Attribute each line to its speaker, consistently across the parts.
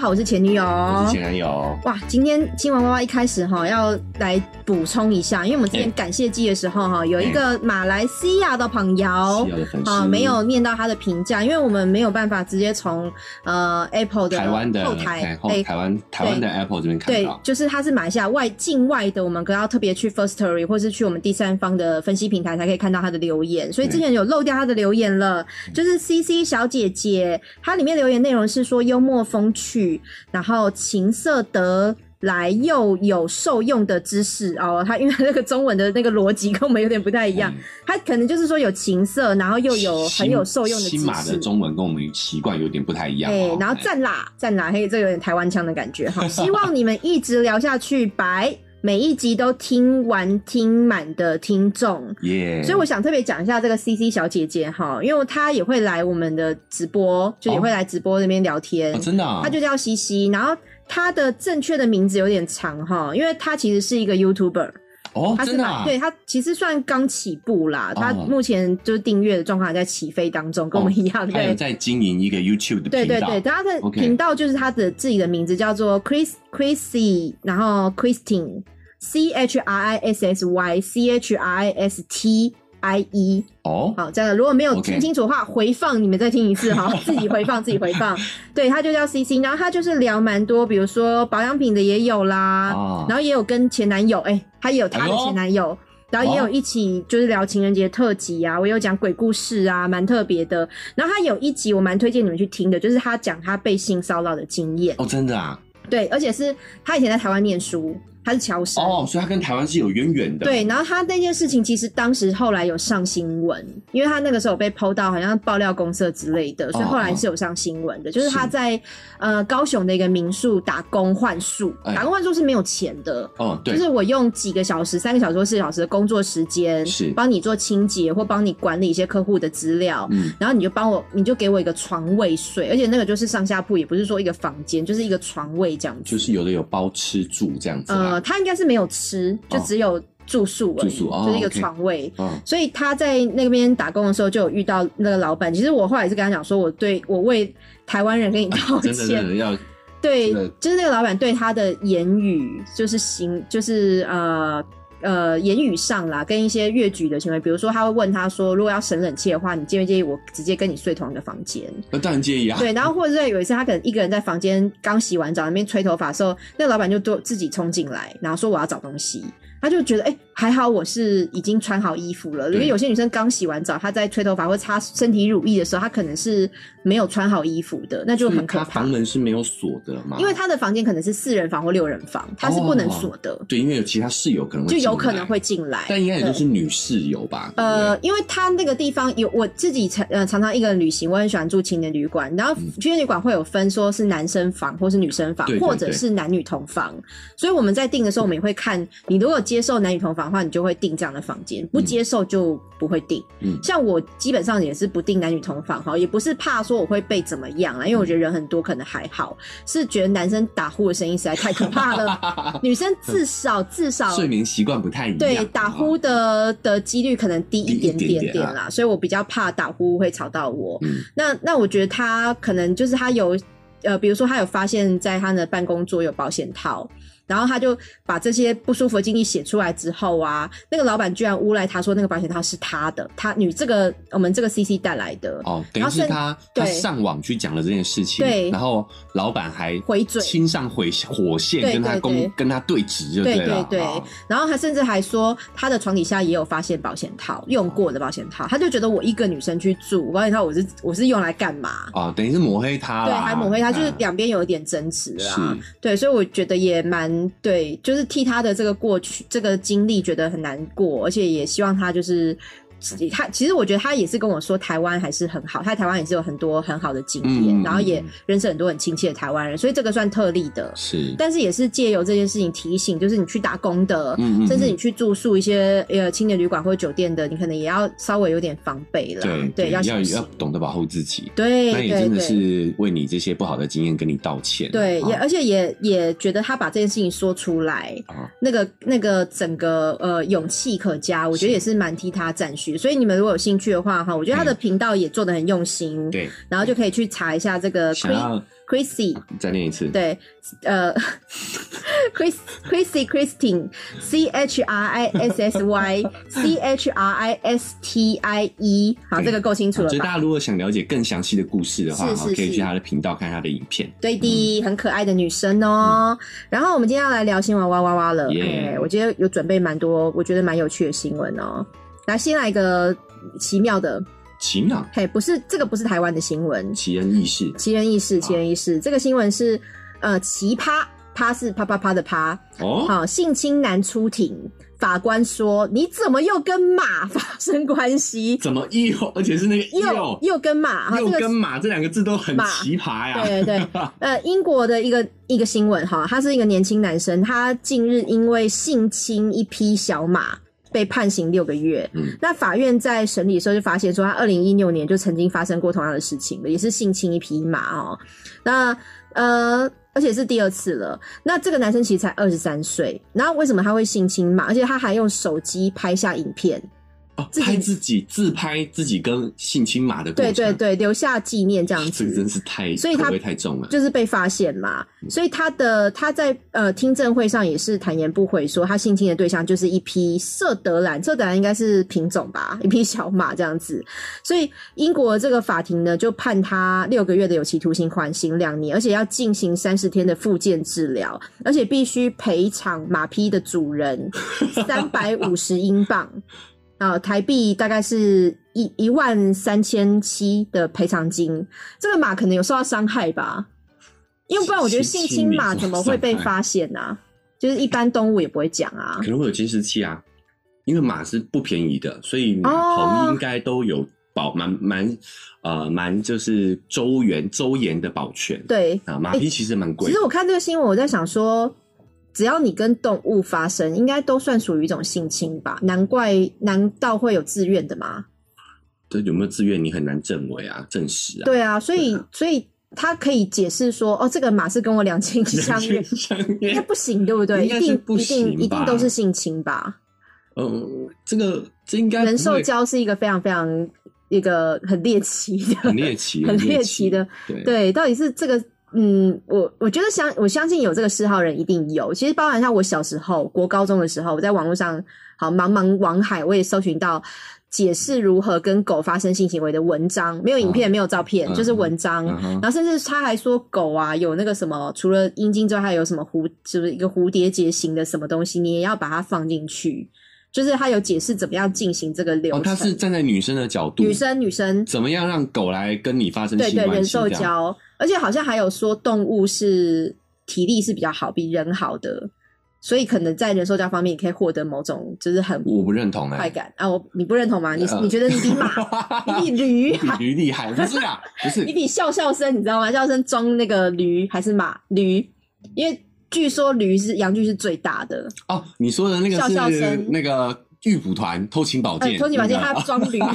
Speaker 1: 好，我是前女友。
Speaker 2: 我是前男友。
Speaker 1: 哇，今天新闻娃娃一开始哈要来补充一下，因为我们之前感谢季的时候
Speaker 2: 嗯
Speaker 1: 哈，有一个马来西亚的朋友
Speaker 2: 西亚的粉丝
Speaker 1: 啊、没有念到他的评价，因为我们没有办法直接从呃 Apple 的
Speaker 2: 台湾的
Speaker 1: 后
Speaker 2: 哎
Speaker 1: 台
Speaker 2: 后
Speaker 1: 哎
Speaker 2: 台湾台湾的 Apple 这边看
Speaker 1: 对
Speaker 2: 到，，
Speaker 1: 就是它是马来西亚外境外的，我们可能要特别去 First Story 或是去我们第三方的分析平台才可以看到它的留言，所以之前有漏掉它的留言了。
Speaker 2: 嗯
Speaker 1: 就是 C C 小姐姐，她里面留言内容是说幽默风趣，然后情色得。来又有受用的知识哦，她因为她那个中文的那个逻辑跟我们有点不太一样，
Speaker 2: 嗯
Speaker 1: 她可能就是说有情色，然后又有很
Speaker 2: 新
Speaker 1: 有受用的知
Speaker 2: 新马
Speaker 1: 识
Speaker 2: 的。中文跟我们习惯有点不太一样
Speaker 1: 哎、
Speaker 2: 哦。
Speaker 1: 然后
Speaker 2: 哎
Speaker 1: 赞啦赞啦，嘿，这有点台湾腔的感觉哈。希望你们一直聊下去， 白每一集都听完听满的听众。
Speaker 2: 耶，
Speaker 1: 所以我想特别讲一下这个 C C 小姐姐哈，因为她也会来我们的直播，就也会来直播那边聊天。
Speaker 2: 哦真的啊
Speaker 1: 她就叫西西，然后她的正确的名字有点长哈，因为她其实是一个 YouTuber，
Speaker 2: 哦
Speaker 1: 他是
Speaker 2: 真的
Speaker 1: 蛮、
Speaker 2: 啊哦
Speaker 1: 对他其实算刚起步啦，他目前就是订阅的状况还在起飞当中，跟我们一样，
Speaker 2: 他有
Speaker 1: 对
Speaker 2: 在经营一个 YouTube 的
Speaker 1: 对
Speaker 2: 频
Speaker 1: 对
Speaker 2: 道
Speaker 1: 对，，他的
Speaker 2: OK
Speaker 1: 频道就是他的自己的名字叫做 Chris Chrissy，然后 Christine C H R I S S Y C H R I S T I E。
Speaker 2: 哦，
Speaker 1: 好，这样如果没有
Speaker 2: OK
Speaker 1: 听清楚的话回放你们再听一次 哈，自己回放自己回放。对，他就叫 C C，然后他就是聊蛮多，比如说保养品的也有啦，
Speaker 2: 啊
Speaker 1: 然后也有跟前男友，哎、他也有他的
Speaker 2: 哎呦
Speaker 1: 前男友。然后也有
Speaker 2: 哦
Speaker 1: 一起就是聊情人节特辑啊，我有讲鬼故事啊，蛮特别的。然后他有一集我蛮推荐你们去听的，就是他讲他被性骚扰的经验，
Speaker 2: 哦真的啊，
Speaker 1: 对，而且是他以前在台湾念书，他是侨生，
Speaker 2: 哦，所以他跟台湾是有渊源的，
Speaker 1: 对，然后他那件事情其实当时后来有上新闻，因为他那个时候有被剖到好像爆料公社之类的，所以后来是有上新闻的。就是他
Speaker 2: 哦是
Speaker 1: 在呃高雄的一个民宿打工换宿，
Speaker 2: 哎
Speaker 1: 打工换宿是没有钱的。
Speaker 2: 哦
Speaker 1: 就
Speaker 2: 对
Speaker 1: 是我用几个小时、三个小时、或四小时的工作时间，
Speaker 2: 是
Speaker 1: 帮你做清洁或帮你管理一些客户的资料，
Speaker 2: 嗯
Speaker 1: 然后你就帮我，你就给我一个床位睡，而且那个就是上下铺，也不是说一个房间，就是一个床位这样子。
Speaker 2: 就是有的有包吃住这样子啦，
Speaker 1: 呃，他应该是没有吃，就
Speaker 2: 哦
Speaker 1: 只有住宿而已，
Speaker 2: 住宿哦
Speaker 1: 就是一个
Speaker 2: OK
Speaker 1: 床位。
Speaker 2: 嗯
Speaker 1: 所以他在那边打工的时候就有遇到那个老板。其实我后来是跟他讲说，我对我为台湾人跟你道
Speaker 2: 啊真的真
Speaker 1: 歉。
Speaker 2: 的要
Speaker 1: 对
Speaker 2: 真的，
Speaker 1: 就是那个老板对他的言语，就是行，就是呃呃言语上啦，跟一些越矩的行为，比如说他会问他说，如果要省冷气的话，你介不介意我直接跟你睡同一个房间？
Speaker 2: 呃当然介意啊，
Speaker 1: 对，然后或者是有一次他可能一个人在房间刚洗完澡，那边吹头发的时候，那个老板就都自己冲进来，然后说我要找东西，他就觉得哎、诶还好我是已经穿好衣服了，因为
Speaker 2: 对
Speaker 1: 有些女生刚洗完澡，她在吹头发或擦身体乳液的时候，她可能是没有穿好衣服的，那就
Speaker 2: 所以
Speaker 1: 很可
Speaker 2: 他
Speaker 1: 怕
Speaker 2: 房。门是没有锁的嘛，
Speaker 1: 因为他的房间可能是四人房或六人房，他是不能锁的，
Speaker 2: 对，因为有其他室友可能会
Speaker 1: 就有
Speaker 2: 哦进
Speaker 1: 可
Speaker 2: 来
Speaker 1: 能会进来。
Speaker 2: 但应该也
Speaker 1: 对
Speaker 2: 就是女室友吧？对不对
Speaker 1: 呃，，因为他那个地方有我自己常呃常常一个人旅行，我很喜欢住青年旅馆。然后青年旅馆会有分说是男生房或是女生房，
Speaker 2: 嗯对对
Speaker 1: 或者
Speaker 2: 对
Speaker 1: 是男女同房。所以我们在订的时候，我们也会看你如果接受男女同房的话，你就会订这样的房间；不接受就不会订。
Speaker 2: 嗯
Speaker 1: 像我基本上也是不订男女同房哈，也不是怕说我会被怎么样啊，因为我觉得人很多可能还好，是觉得男生打呼的声音实在太可怕了，女生至少至少
Speaker 2: 睡眠习惯不太一样，啊
Speaker 1: 对，打呼的的几率可能低一点
Speaker 2: 低一
Speaker 1: 点
Speaker 2: 点点
Speaker 1: 点啦，所以我比较怕打呼会吵到我。
Speaker 2: 嗯
Speaker 1: 那那我觉得他可能就是他有呃，比如说他有发现，在他的办公桌有保险套。然后他就把这些不舒服的经历写出来之后啊，那个老板居然诬赖他说那个保险套是他的，他女这个我们这个 CC 带来的，
Speaker 2: 哦，等
Speaker 1: 然
Speaker 2: 于
Speaker 1: 后
Speaker 2: 是
Speaker 1: 甚
Speaker 2: 他
Speaker 1: 对
Speaker 2: 他上网去讲了这件事情，
Speaker 1: 对
Speaker 2: 然后老板还
Speaker 1: 回嘴
Speaker 2: 亲上火火线，
Speaker 1: 对
Speaker 2: 跟
Speaker 1: 对
Speaker 2: 他
Speaker 1: 对
Speaker 2: 攻跟他对峙就
Speaker 1: 对
Speaker 2: 了，
Speaker 1: 对对
Speaker 2: 哦
Speaker 1: 然后他甚至还说，他的床底下也有发现保险套，用过的保险套。他就觉得我一个女生去住保险套，我是我是用来干嘛？
Speaker 2: 哦，等于是抹黑他啦，
Speaker 1: 对，还抹黑他，就是
Speaker 2: 啊
Speaker 1: 两边有一点争执啦。
Speaker 2: 是
Speaker 1: 对，所以我觉得也蛮对，就是替他的这个过去这个经历觉得很难过，而且也希望他就是。他其实我觉得他也是跟我说，台湾还是很好，他在台湾也是有很多很好的经验，
Speaker 2: 嗯嗯
Speaker 1: 然后也
Speaker 2: 嗯
Speaker 1: 认识很多很亲切的台湾人，所以这个算特例的。
Speaker 2: 是，
Speaker 1: 嗯但是也是借由这件事情提醒，就是你去打工的，
Speaker 2: 嗯嗯嗯
Speaker 1: 甚至你去住宿一些呃青年旅馆或酒店的，你可能也要稍微有点防备了。
Speaker 2: 对
Speaker 1: 对，要
Speaker 2: 要
Speaker 1: 小心
Speaker 2: 要。懂得保护自己。
Speaker 1: 对
Speaker 2: 那
Speaker 1: 对
Speaker 2: 也真的
Speaker 1: 对。
Speaker 2: 是为你这些不好的经验跟你道歉。
Speaker 1: 对，
Speaker 2: 哦
Speaker 1: 也而且也也觉得他把这件事情说出来，
Speaker 2: 啊
Speaker 1: 那个那个整个呃勇气可嘉，我觉得也是蛮替他赞许，所以你们如果有兴趣的话哈，我觉得他的频道也做的很用心，
Speaker 2: 嗯对，
Speaker 1: 然后就可以去查一下这个
Speaker 2: 想
Speaker 1: Chris
Speaker 2: 要
Speaker 1: Chrissy，
Speaker 2: 再念一次，
Speaker 1: 对，呃，Chris Chrissy Christine C H R I S S Y C H R I S T I E，好，
Speaker 2: 对
Speaker 1: 这个够清楚
Speaker 2: 好
Speaker 1: 了
Speaker 2: 所以
Speaker 1: 吧？
Speaker 2: 大家如果想了解更详细的故事的话，
Speaker 1: 是
Speaker 2: 哈
Speaker 1: 是
Speaker 2: 可以
Speaker 1: 是
Speaker 2: 去他的频道看他的影片。
Speaker 1: 对的，很可爱的女生哦。然后我们今天要来聊新闻哇哇哇了，
Speaker 2: 耶
Speaker 1: 哎，我今天有准备蛮多，我觉得蛮有趣的新闻哦。来，先来一个奇妙的，
Speaker 2: 奇妙，
Speaker 1: 嘿，不是这个不是台湾的新闻，
Speaker 2: 奇人异事，
Speaker 1: 奇人异事，
Speaker 2: 好
Speaker 1: 奇人异事。这个新闻是呃奇葩，啪是啪啪啪的啪，
Speaker 2: 哦，
Speaker 1: 好、性侵男出庭，法官说你怎么又跟马发生关系？
Speaker 2: 怎么又，而且是那个哦
Speaker 1: 又又跟马哈，
Speaker 2: 又
Speaker 1: 这个
Speaker 2: 跟马这两个字都很
Speaker 1: 马
Speaker 2: 奇葩呀。
Speaker 1: 对对 对，呃，英国的一个一个新闻哈，他是一个年轻男生，他近日因为性侵一匹小马被判刑六个月。
Speaker 2: 嗯，
Speaker 1: 那法院在审理的时候就发现说，他二零一六年就曾经发生过同样的事情了，也是性侵一匹马哦。那呃，而且是第二次了。那这个男生其实才二十三岁，然后为什么他会性侵马？而且他还用手机拍下影片，
Speaker 2: 哦
Speaker 1: 自己
Speaker 2: 拍自己自拍自己跟性侵马的过
Speaker 1: 对
Speaker 2: 程，
Speaker 1: 对对，留下纪念这样
Speaker 2: 这
Speaker 1: 子。
Speaker 2: 个真是太
Speaker 1: 所以他
Speaker 2: 口味太重了。
Speaker 1: 就是被发现嘛，所以他的他在呃听证会上也是坦言不讳说，他性侵的对象就是一匹色德兰，色德兰应该是品种吧， 一匹小马这样子。所以英国这个法庭呢，就判他六个月的有期徒刑缓刑两年，而且要进行三十天的复健治疗，而且必须赔偿马匹的主人三百五十 英镑。啊，台币大概是一一万三千七的赔偿金，这个马可能有受到伤害吧，因为不然我觉得性侵马怎么会被发现呢、啊？就是一般动物也不会讲啊
Speaker 2: 可。能会有监视器啊，因为马是不便宜的，所以马
Speaker 1: 哦
Speaker 2: 棚应该都有保蛮蛮呃蛮就是周原周延的保全。
Speaker 1: 对，
Speaker 2: 啊，马匹其实蛮贵
Speaker 1: 其
Speaker 2: 的
Speaker 1: 实。我看这个新闻，我在想说，只要你跟动物发生，应该都算属于一种性侵吧？难怪，难道会有自愿的吗？
Speaker 2: 这有没有自愿你很难证伪啊，证实啊。
Speaker 1: 对啊，所以
Speaker 2: 对
Speaker 1: 所以他可以解释说，哦，这个马是跟我两情 相
Speaker 2: 相
Speaker 1: 悦
Speaker 2: 约，相
Speaker 1: 那
Speaker 2: 约。
Speaker 1: 不行，对不对？
Speaker 2: 应
Speaker 1: 一
Speaker 2: 该是
Speaker 1: 定
Speaker 2: 不
Speaker 1: 一定
Speaker 2: 行
Speaker 1: 一定
Speaker 2: 吧
Speaker 1: 都是性侵吧？
Speaker 2: 嗯，这个这应该不会
Speaker 1: 人兽交是一个非常非常一个很猎奇的，
Speaker 2: 很猎奇，
Speaker 1: 很猎
Speaker 2: 猎
Speaker 1: 奇的。
Speaker 2: 对，
Speaker 1: 对，到底是这个，嗯，我我觉得相我相信有这个嗜好的人一定有。其实包含像我小时候，国高中的时候，我在网络上好茫茫网海，我也搜寻到解释如何跟狗发生性行为的文章，没有影片，没有照片，就是
Speaker 2: 哦嗯
Speaker 1: 文章。
Speaker 2: 嗯哼
Speaker 1: 然后甚至他还说狗啊有那个什么，除了阴茎之外，还有什么蝴，就是一个蝴蝶结形的什么东西，你也要把它放进去。就是他有解释怎么样进行这个流程。
Speaker 2: 哦，他是站在女生的角度，
Speaker 1: 女生女生
Speaker 2: 怎么样让狗来跟你发生
Speaker 1: 对
Speaker 2: 性
Speaker 1: 对，
Speaker 2: 关
Speaker 1: 人
Speaker 2: 系？
Speaker 1: 兽
Speaker 2: 这样，
Speaker 1: 交，而且好像还有说动物是体力是比较好，比人好的，所以可能在人兽交方面，你可以获得某种就是很
Speaker 2: 我不认同
Speaker 1: 快
Speaker 2: 哎、
Speaker 1: 感啊。我你不认同吗？你
Speaker 2: 呃
Speaker 1: 你觉得你比 马，你比驴
Speaker 2: 你比驴厉害，不是啊，不是
Speaker 1: 你比笑笑生，你知道吗？笑声装那个驴还是马驴？因为据说驴是阳具是最大的，
Speaker 2: 哦，你说的那个
Speaker 1: 笑笑
Speaker 2: 是
Speaker 1: 声
Speaker 2: 那个玉蒲团偷情宝
Speaker 1: 呃，
Speaker 2: 剑，
Speaker 1: 托尼宝剑
Speaker 2: 那
Speaker 1: 它
Speaker 2: 个
Speaker 1: 装驴的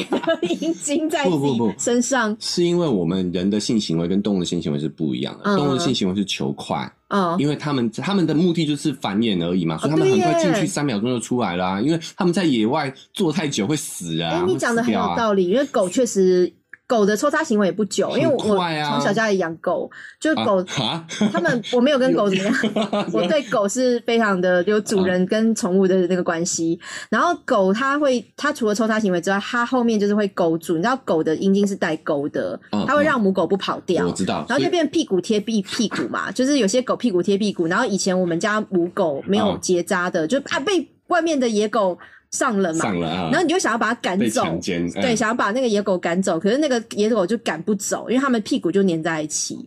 Speaker 1: 阴茎在自
Speaker 2: 啊不不
Speaker 1: 己
Speaker 2: 不
Speaker 1: 身上，
Speaker 2: 是因为我们人的性行为跟动物的性行为是不一样的，
Speaker 1: 嗯
Speaker 2: 动物的性行为是求快，
Speaker 1: 嗯，
Speaker 2: 因为他们他们的目的就是繁衍而已嘛，所以他
Speaker 1: 哦对
Speaker 2: 们很快进
Speaker 1: 耶
Speaker 2: 去三秒钟就出来了、啊，因为他们在野外坐太久会死
Speaker 1: 哎、
Speaker 2: 啊。
Speaker 1: 你讲的很有
Speaker 2: 理。
Speaker 1: 道理，因为狗确实狗的抽插行为也不久，因为我
Speaker 2: 很
Speaker 1: 我
Speaker 2: 快啊
Speaker 1: 从小家里养狗，就是
Speaker 2: 啊
Speaker 1: 狗，
Speaker 2: 啊，
Speaker 1: 他们我没有跟狗怎么样， 我对狗是非常的有
Speaker 2: 嗯
Speaker 1: 主人跟宠物的那个关系。然后狗它会，它除了抽插行为之外，它后面就是会勾住，你知道狗的阴茎是带勾的，
Speaker 2: 嗯
Speaker 1: 它会让母狗不跑掉。
Speaker 2: 我知道，
Speaker 1: 然后
Speaker 2: 所以
Speaker 1: 就变屁股贴屁屁股嘛，就是有些狗屁股贴屁股。然后以前我们家母狗没有
Speaker 2: 嗯
Speaker 1: 结扎的，就啊被外面的野狗上了嘛，
Speaker 2: 上了啊，
Speaker 1: 然后你就想要把它赶
Speaker 2: 被
Speaker 1: 走
Speaker 2: 强，奸，
Speaker 1: 对，
Speaker 2: 嗯
Speaker 1: 想要把那个野狗赶走，可是那个野狗就赶不走，因为它们屁股就粘在一起，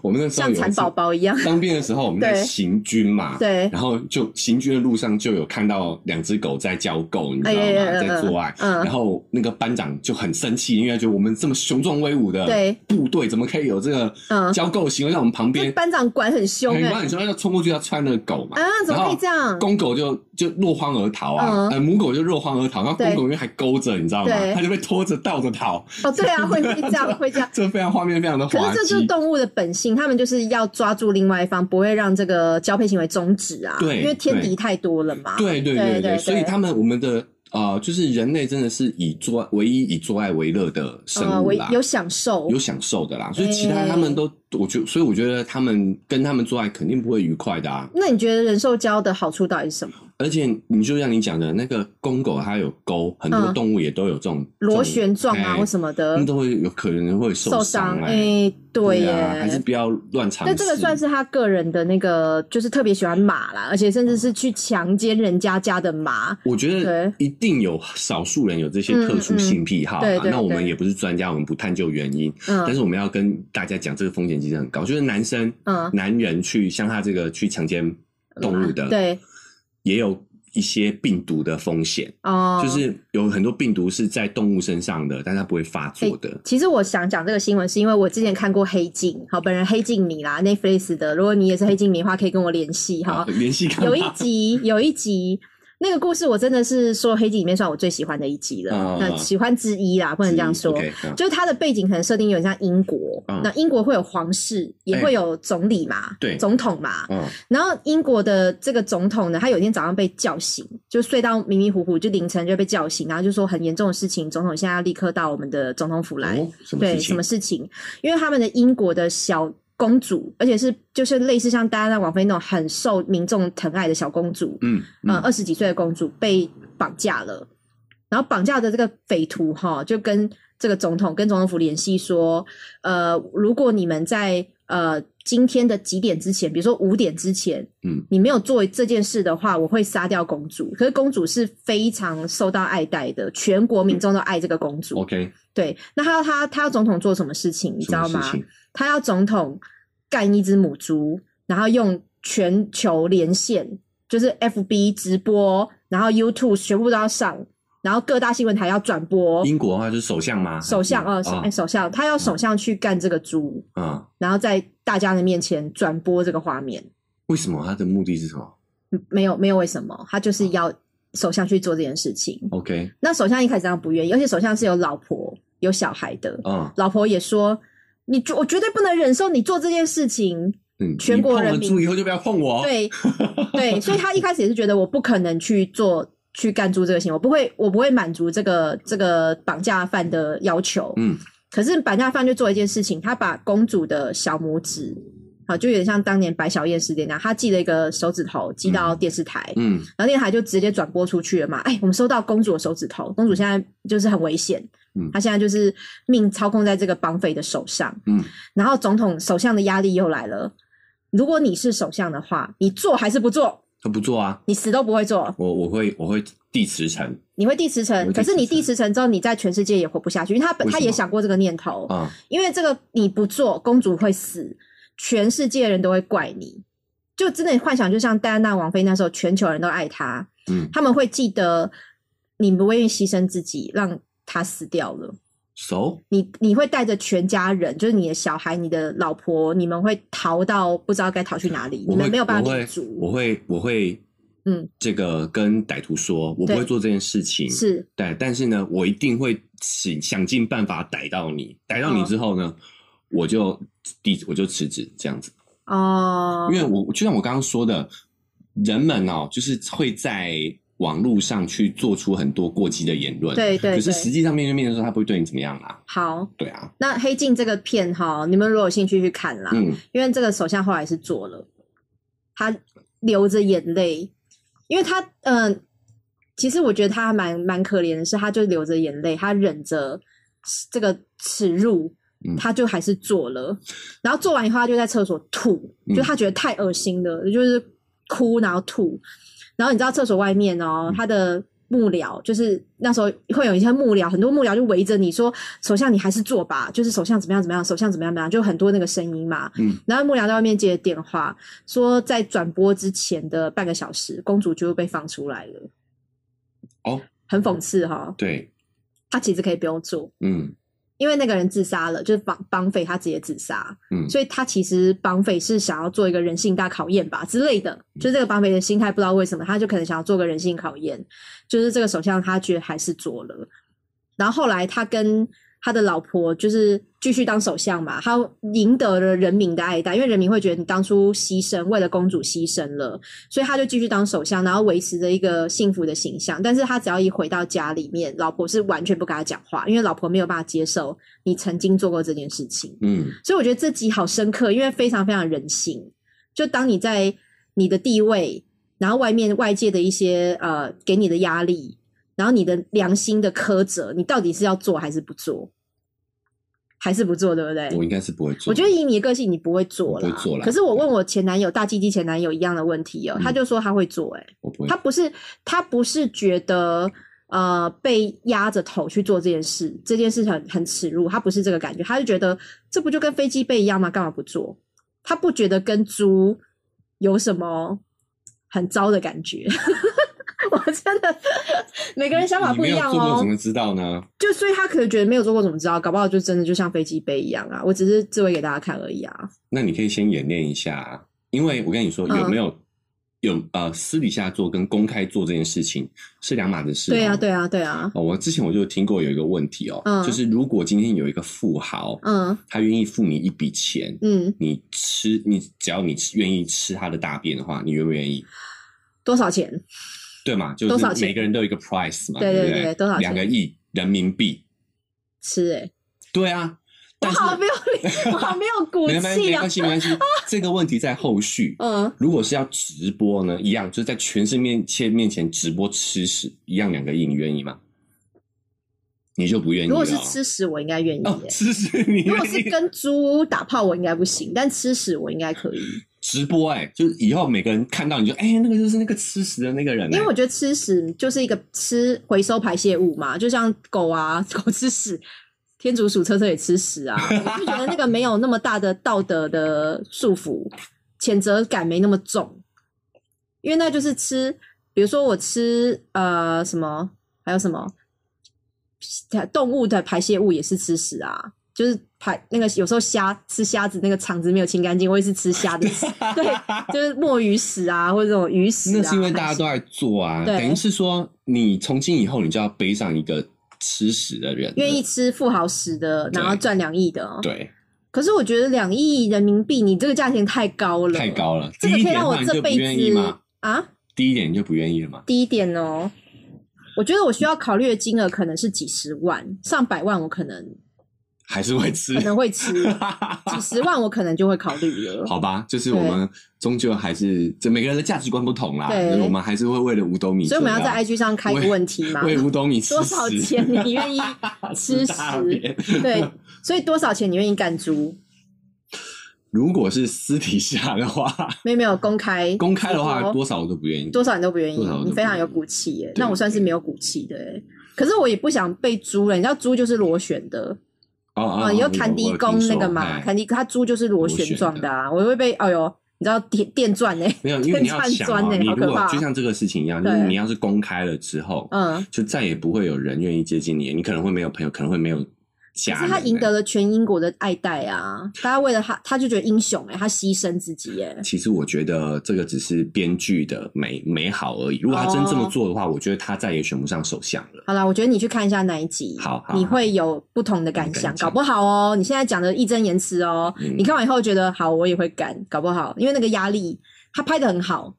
Speaker 2: 我们那时候
Speaker 1: 像
Speaker 2: 有一
Speaker 1: 蚕
Speaker 2: 次
Speaker 1: 宝宝 一样。
Speaker 2: 当兵的时候，我们在
Speaker 1: 对
Speaker 2: 行军嘛，
Speaker 1: 对，
Speaker 2: 然后就行军的路上就有看到两只狗在交媾，你知道
Speaker 1: 哎呀
Speaker 2: 吗？
Speaker 1: 呀
Speaker 2: 在做爱。
Speaker 1: 嗯
Speaker 2: 然后那个班长就很生气，因为觉得我们这么雄壮威武的
Speaker 1: 对
Speaker 2: 部队，怎么可以有这个
Speaker 1: 嗯
Speaker 2: 交媾行为在我们旁
Speaker 1: 这
Speaker 2: 边？
Speaker 1: 班长管很凶
Speaker 2: 很
Speaker 1: 哎、
Speaker 2: 慢，你说要冲过去要穿那个狗嘛？
Speaker 1: 啊，怎么可以这样？
Speaker 2: 公狗就就落荒而逃啊，
Speaker 1: 嗯
Speaker 2: 呃，母狗就落荒而逃，然后
Speaker 1: 对
Speaker 2: 公狗因为还勾着，你知道吗
Speaker 1: 对？
Speaker 2: 它就被拖着倒着逃，
Speaker 1: 哦，对啊，会会这样，会 这样。
Speaker 2: 这非常画面非常的
Speaker 1: 可
Speaker 2: 滑
Speaker 1: 是这就是
Speaker 2: 稽。
Speaker 1: 动物的本性，它们就是要抓住另外一方，不会让这个交配行为终止啊。
Speaker 2: 对
Speaker 1: 因为天敌太多了嘛。呃
Speaker 2: 对
Speaker 1: 对
Speaker 2: 对
Speaker 1: 对
Speaker 2: 对，
Speaker 1: 对
Speaker 2: 所以他们我们的啊、就是人类真的是以做爱唯一以做爱为乐的生
Speaker 1: 呃，
Speaker 2: 物
Speaker 1: 我
Speaker 2: 啦，
Speaker 1: 有享受
Speaker 2: 有，享受的啦，所以其他
Speaker 1: 哎
Speaker 2: 他们都，我觉所以我觉得他们跟他们做爱肯定不会愉快的啊。
Speaker 1: 那你觉得人兽交的好处到底是什么？
Speaker 2: 而且你就像你讲的那个公狗，它有沟，很多
Speaker 1: 嗯
Speaker 2: 动物也都有这种
Speaker 1: 螺旋状啊，或什
Speaker 2: 么
Speaker 1: 么
Speaker 2: 哎他
Speaker 1: 的
Speaker 2: 们都会有可能会受
Speaker 1: 受
Speaker 2: 伤
Speaker 1: 伤？
Speaker 2: 哎、
Speaker 1: 哎，对耶，
Speaker 2: 啊，还是不要乱尝试。
Speaker 1: 但这个算是他个人的那个，就是特别喜欢马啦，而且甚至是去强奸人家家的马。
Speaker 2: 我觉得一定有少数人有这些特殊性癖好、
Speaker 1: 嗯
Speaker 2: 啊
Speaker 1: 嗯嗯对对
Speaker 2: 那我们
Speaker 1: 对
Speaker 2: 也不是专家，我们不探究原因，但
Speaker 1: 嗯
Speaker 2: 是我们要跟大家讲，这个风险其实很高。就是男生、
Speaker 1: 嗯，
Speaker 2: 男人去像他这个去强奸动物的，
Speaker 1: 对，
Speaker 2: 也有一些病毒的风险，
Speaker 1: 哦，
Speaker 2: 就是有很多病毒是在动物身上的，但它不会发作的。
Speaker 1: 其实我想讲这个新闻，是因为我之前看过《黑镜》，好，本人黑镜迷啦，Netflix 的。如果你也是黑镜迷的话，可以跟我联系哈
Speaker 2: 啊。联系干嘛
Speaker 1: 有一集，有一集，那个故事我真的是说黑镜里面算我最喜欢的一集了，
Speaker 2: 嗯嗯
Speaker 1: 那
Speaker 2: 嗯
Speaker 1: 喜欢之一啦，不能这样说。
Speaker 2: OK，嗯
Speaker 1: 就是它的背景可能设定有点像英国，
Speaker 2: 嗯
Speaker 1: 那英国会有皇室，也
Speaker 2: 哎
Speaker 1: 会有总理嘛，
Speaker 2: 对
Speaker 1: 总统嘛，
Speaker 2: 嗯
Speaker 1: 然后英国的这个总统呢，他有一天早上被叫醒，就睡到迷迷糊糊，就凌晨就被叫醒，然后就说很严重的事情，总统现在要立刻到我们的总统府来。
Speaker 2: 哦，什么
Speaker 1: 对，
Speaker 2: 事
Speaker 1: 什
Speaker 2: 情
Speaker 1: 么？事情？因为他们的英国的小公主，而且是就是类似像戴安娜王妃那种很受民众疼爱的小公主，
Speaker 2: 嗯
Speaker 1: 呃，
Speaker 2: 嗯
Speaker 1: 二十几岁的公主被绑架了，然后绑架的这个匪徒哈，就跟这个总统跟总统府联系说，呃，如果你们在呃今天的几点之前，比如说五点之前，
Speaker 2: 嗯，
Speaker 1: 你没有做这件事的话，我会杀掉公主。可是公主是非常受到爱戴的，全国民众都爱这个公主。
Speaker 2: ，OK，
Speaker 1: 对，那他要他他要总统做什么事情，你知
Speaker 2: 什
Speaker 1: 道
Speaker 2: 么
Speaker 1: 吗？
Speaker 2: 事情？
Speaker 1: 他要总统干一只母猪，然后用全球连线，就是 FB 直播，然后 YouTube 全部都要上，然后各大新闻台要转播。
Speaker 2: 英国的话就是首相吗？
Speaker 1: 首相啊，首、哎
Speaker 2: 啊
Speaker 1: 首相，他要首相去干这个猪，
Speaker 2: 啊！
Speaker 1: 然后在大家的面前转播这个画面。
Speaker 2: 为什么他的目的是什么
Speaker 1: 嗯没有，没有为什么，他就是要首相去做这件事情。
Speaker 2: ？OK，
Speaker 1: 那首相一开始当然不愿意，而且首相是有老婆有小孩的，
Speaker 2: 啊，
Speaker 1: 老婆也说：“你绝我绝对不能忍受你做这件事情。
Speaker 2: 嗯，
Speaker 1: 全国人民
Speaker 2: 你碰了猪以后就不要碰我。，
Speaker 1: 对对，所以他一开始也是觉得我不可能去做去干出这个行为，我不会我不会满足这个这个绑架犯的要求。
Speaker 2: 嗯，
Speaker 1: 可是绑架犯就做一件事情，他把公主的小拇指。啊，就有点像当年白小燕事件那样，他寄了一个手指头寄到电视台，
Speaker 2: 嗯
Speaker 1: 然后电视台就直接转播出去了嘛。哎，我们收到公主的手指头，公主现在就是很危险，
Speaker 2: 嗯
Speaker 1: 她现在就是命操控在这个绑匪的手上。
Speaker 2: 嗯，
Speaker 1: 然后总统首相的压力又来了，如果你是首相的话，你做还是不做？
Speaker 2: 他不做啊，
Speaker 1: 你死都不会做，
Speaker 2: 我我会我会递辞呈
Speaker 1: 你会递辞
Speaker 2: 我
Speaker 1: 呈。
Speaker 2: 会递
Speaker 1: 可是你
Speaker 2: 辞呈
Speaker 1: 递辞呈之后，你在全世界也活不下去，因为他
Speaker 2: 为什
Speaker 1: 他
Speaker 2: 么
Speaker 1: 也想过这个念头，
Speaker 2: 啊，
Speaker 1: 因为这个你不做，公主会死，全世界人都会怪你。就真的幻想，就像戴安娜王妃那时候，全球人都爱她，
Speaker 2: 嗯，
Speaker 1: 他们会记得你不愿意牺牲自己，让她死掉了。
Speaker 2: 熟
Speaker 1: 你你会带着全家人，就是你的小孩、你的老婆，你们会逃到不知道该逃去哪里，
Speaker 2: 我
Speaker 1: 你们
Speaker 2: 会
Speaker 1: 没有办
Speaker 2: 我
Speaker 1: 法
Speaker 2: 会
Speaker 1: 免足。
Speaker 2: 我会我会
Speaker 1: 嗯，
Speaker 2: 这个跟歹徒说，我不
Speaker 1: 对
Speaker 2: 会做这件事情，
Speaker 1: 是，
Speaker 2: 对，但是呢，我一定会想想尽办法逮到你，逮到你
Speaker 1: 嗯
Speaker 2: 之后呢，我就递我就辞职这样子。
Speaker 1: 哦
Speaker 2: 因，为我就像我刚刚说的，人们哦，就是会在网络上去做出很多过激的言论，
Speaker 1: 对对
Speaker 2: 可是
Speaker 1: 对，
Speaker 2: 实际上面对面的时候，他不会对你怎么样啦，
Speaker 1: 好。
Speaker 2: 对啊，
Speaker 1: 那《黑镜》这个片哈，你们如果有兴趣去看啦，
Speaker 2: 嗯，
Speaker 1: 因为这个首相后来是做了，他流着眼泪，因为他嗯、其实我觉得他还蛮蛮可怜的是，他就流着眼泪，他忍着这个耻辱
Speaker 2: 嗯，
Speaker 1: 他就还是做了。然后做完以后，他就在厕所吐，
Speaker 2: 嗯
Speaker 1: 就他觉得太恶心了，就是哭然后吐。然后你知道厕所外面
Speaker 2: 嗯
Speaker 1: 哦，他的幕僚就是那时候会有一些幕僚，很多幕僚就围着你说：“首相，你还是做吧，就是首相怎么样怎么样，首相怎么样怎么样。”就很多那个声音嘛。
Speaker 2: 嗯。
Speaker 1: 然后幕僚在外面接电话，说在转播之前的半个小时，公主就被放出来了。
Speaker 2: 哦，
Speaker 1: 很讽刺哈、
Speaker 2: 对，
Speaker 1: 他其实可以不用做，
Speaker 2: 嗯
Speaker 1: 因为那个人自杀了，就是绑绑匪他直接自杀。
Speaker 2: 嗯，
Speaker 1: 所以他其实绑匪是想要做一个人性大考验吧之类的，就是这个绑匪的心态不知道为什么，他就可能想要做个人性考验，就是这个首相他觉得还是做了，然后后来他跟他的老婆就是继续当首相嘛，他赢得了人民的爱戴，因为人民会觉得你当初牺牲为了公主牺牲了，所以他就继续当首相，然后维持着一个幸福的形象。但是他只要一回到家里面，老婆是完全不跟他讲话，因为老婆没有办法接受你曾经做过这件事情。
Speaker 2: 嗯，
Speaker 1: 所以我觉得这集好深刻，因为非常非常人性。就当你在你的地位，然后外面外界的一些呃给你的压力，然后你的良心的苛责，你到底是要做还是不做？还是不做，对不对？
Speaker 2: 我应该是不会做。
Speaker 1: 我觉得以你的个性，你不会做
Speaker 2: 我不会
Speaker 1: 啦。
Speaker 2: 做啦
Speaker 1: 可是我问我前男友大鸡鸡前男友一样的问题哦、
Speaker 2: 嗯
Speaker 1: 他就说他会做、欸，
Speaker 2: 我不会
Speaker 1: 他，不是他不是觉得呃被压着头去做这件事，这件事很很耻辱，他不是这个感觉，他就觉得这不就跟飞机杯一样吗？干嘛不做？他不觉得跟猪有什么很糟的感觉。 我真的每个人想法
Speaker 2: 你
Speaker 1: 不
Speaker 2: 没
Speaker 1: 一
Speaker 2: 有
Speaker 1: 样
Speaker 2: 做过
Speaker 1: 哦
Speaker 2: 怎，么知道呢？
Speaker 1: 就所以他可能觉得没有做过怎么知道，搞不好就真的就像飞机杯一样啊。我只是自慰给大家看而已啊。
Speaker 2: 那你可以先演练一下、啊，因为我跟你说，
Speaker 1: 嗯
Speaker 2: 有没有、有呃私底下做跟公开做这件事情是两码子事、
Speaker 1: 对啊，对。啊，对啊，
Speaker 2: 哦，我之前我就听过有一个问题哦，
Speaker 1: 嗯
Speaker 2: 就是如果今天有一个富豪，
Speaker 1: 嗯
Speaker 2: 他愿意付你一笔钱，
Speaker 1: 嗯，
Speaker 2: 你吃你只要你吃愿意吃他的大便的话，你愿不愿意？
Speaker 1: 多少钱？
Speaker 2: 对嘛？就
Speaker 1: 多少
Speaker 2: 是
Speaker 1: 钱
Speaker 2: 每个人都有一个 price 嘛，
Speaker 1: 对
Speaker 2: 不
Speaker 1: 对
Speaker 2: 对
Speaker 1: 对多少钱
Speaker 2: 两个亿人民币，
Speaker 1: 吃哎、欸，
Speaker 2: 对啊。
Speaker 1: 我
Speaker 2: 但是
Speaker 1: 好没有力，我好没有骨
Speaker 2: 没关系，
Speaker 1: 气
Speaker 2: 没
Speaker 1: 啊
Speaker 2: 关。系，没 关系。这个问题在后续。
Speaker 1: 嗯，
Speaker 2: 如果是要直播呢，一样就是在全世界面前面前直播吃屎，一样两个亿，你愿意吗？你就不愿意
Speaker 1: 如
Speaker 2: 了哦。
Speaker 1: 果是吃屎，我应该愿意
Speaker 2: 哦，
Speaker 1: 耶。
Speaker 2: 吃屎你
Speaker 1: 如果
Speaker 2: 愿
Speaker 1: 是
Speaker 2: 意？
Speaker 1: 跟猪打炮，我应该不行，但吃屎我应该可以，
Speaker 2: 直播哎、就是以后每个人看到你就哎、那个就是那个吃屎的那个人、哎
Speaker 1: 因为我觉得吃屎就是一个吃回收排泄物嘛，就像狗啊， 狗吃屎，天竺鼠车车也吃屎啊，我就觉得那个没有那么大的道德的束缚，谴责感没那么重，因为那就是吃，比如说我吃呃什么，还有什么动物的排泄物也是吃屎啊。就是排那个有时候虾吃虾子那个肠子没有清干净，我也是吃虾的屎，对，就是墨鱼屎啊，或者这种鱼屎啊。
Speaker 2: 那是因为大家都在做啊，
Speaker 1: 对
Speaker 2: 等于是说你从今以后你就要背上一个吃屎的人了，
Speaker 1: 愿意吃富豪食的，
Speaker 2: 对
Speaker 1: 然后赚两亿的、哦。
Speaker 2: 对，
Speaker 1: 可是我觉得两亿人民币，你这个价钱太高了，
Speaker 2: 太。高了。
Speaker 1: 哦这个
Speaker 2: 第一
Speaker 1: 可以
Speaker 2: 点
Speaker 1: 让
Speaker 2: 的
Speaker 1: 我
Speaker 2: 话你
Speaker 1: 这
Speaker 2: 就不
Speaker 1: 辈
Speaker 2: 愿意
Speaker 1: 子
Speaker 2: 嘛，
Speaker 1: 啊
Speaker 2: 第一点你就不愿意了嘛。
Speaker 1: 低一点哦。我觉得我需要考虑的金额可能是几十万、上百万，我可能
Speaker 2: 还 是会吃
Speaker 1: 可。能会吃几十万，我可能就会考虑了。
Speaker 2: 好吧，就是我们终究还是这每个人的价值观不同啦，
Speaker 1: 对
Speaker 2: 就是我们还是会为了五斗米折
Speaker 1: 所以
Speaker 2: 腰，
Speaker 1: 我们要在 IG 上开一个问题嘛，
Speaker 2: 为五斗米吃
Speaker 1: 多少
Speaker 2: 屎
Speaker 1: 钱你愿 意吃
Speaker 2: 大
Speaker 1: 屎？
Speaker 2: 便
Speaker 1: 对，所以多少钱你愿意干猪？
Speaker 2: 如果是私底下的话，
Speaker 1: 没有没有公开
Speaker 2: 公开的话
Speaker 1: 直播
Speaker 2: 多少我都不愿意。
Speaker 1: 多少你都不愿
Speaker 2: 多少我
Speaker 1: 意，
Speaker 2: 都
Speaker 1: 你非
Speaker 2: 不
Speaker 1: 常
Speaker 2: 愿
Speaker 1: 有
Speaker 2: 意
Speaker 1: 骨气耶。
Speaker 2: 对
Speaker 1: 那我算是没有骨气的耶，可是我也不想被猪了。你知道猪就是螺旋的
Speaker 2: 哦哦，
Speaker 1: 啊，
Speaker 2: 哦
Speaker 1: 有坎迪宫那个嘛，，
Speaker 2: 我有听说哎
Speaker 1: 坎迪它猪就是螺
Speaker 2: 螺
Speaker 1: 旋
Speaker 2: 旋
Speaker 1: 状
Speaker 2: 的
Speaker 1: 的啊，我会被哎呦，你知道电电钻哎，
Speaker 2: 没有，因为你要
Speaker 1: 天
Speaker 2: 想
Speaker 1: 串
Speaker 2: 哦，
Speaker 1: 钻欸
Speaker 2: 你
Speaker 1: 好
Speaker 2: 如
Speaker 1: 可怕
Speaker 2: 果
Speaker 1: 哦
Speaker 2: 就像这个事情一样，就是
Speaker 1: 对
Speaker 2: 你要是公开了之后，
Speaker 1: 嗯，
Speaker 2: 就再也不会有人愿意接近你，你可能会没有朋友，可能会没有
Speaker 1: 可
Speaker 2: 家
Speaker 1: 是
Speaker 2: 人。
Speaker 1: 他赢
Speaker 2: 哎
Speaker 1: 得了全英国的爱戴啊，大家为了他，他就觉得英雄哎，他牺牲自己耶。
Speaker 2: 其实我觉得这个只是编剧的美美好而已。如果他真这
Speaker 1: 哦
Speaker 2: 么做的话，我觉得他再也选不上首相了。
Speaker 1: 好啦，我觉得你去看一下那一集，
Speaker 2: 好好
Speaker 1: 你
Speaker 2: 好
Speaker 1: 会有不同的感想
Speaker 2: 感，想
Speaker 1: 搞不好哦。你现在讲的义正言辞哦，
Speaker 2: 嗯
Speaker 1: 你看完以后觉得好，我也会干，搞不好因为那个压力，他拍的很好，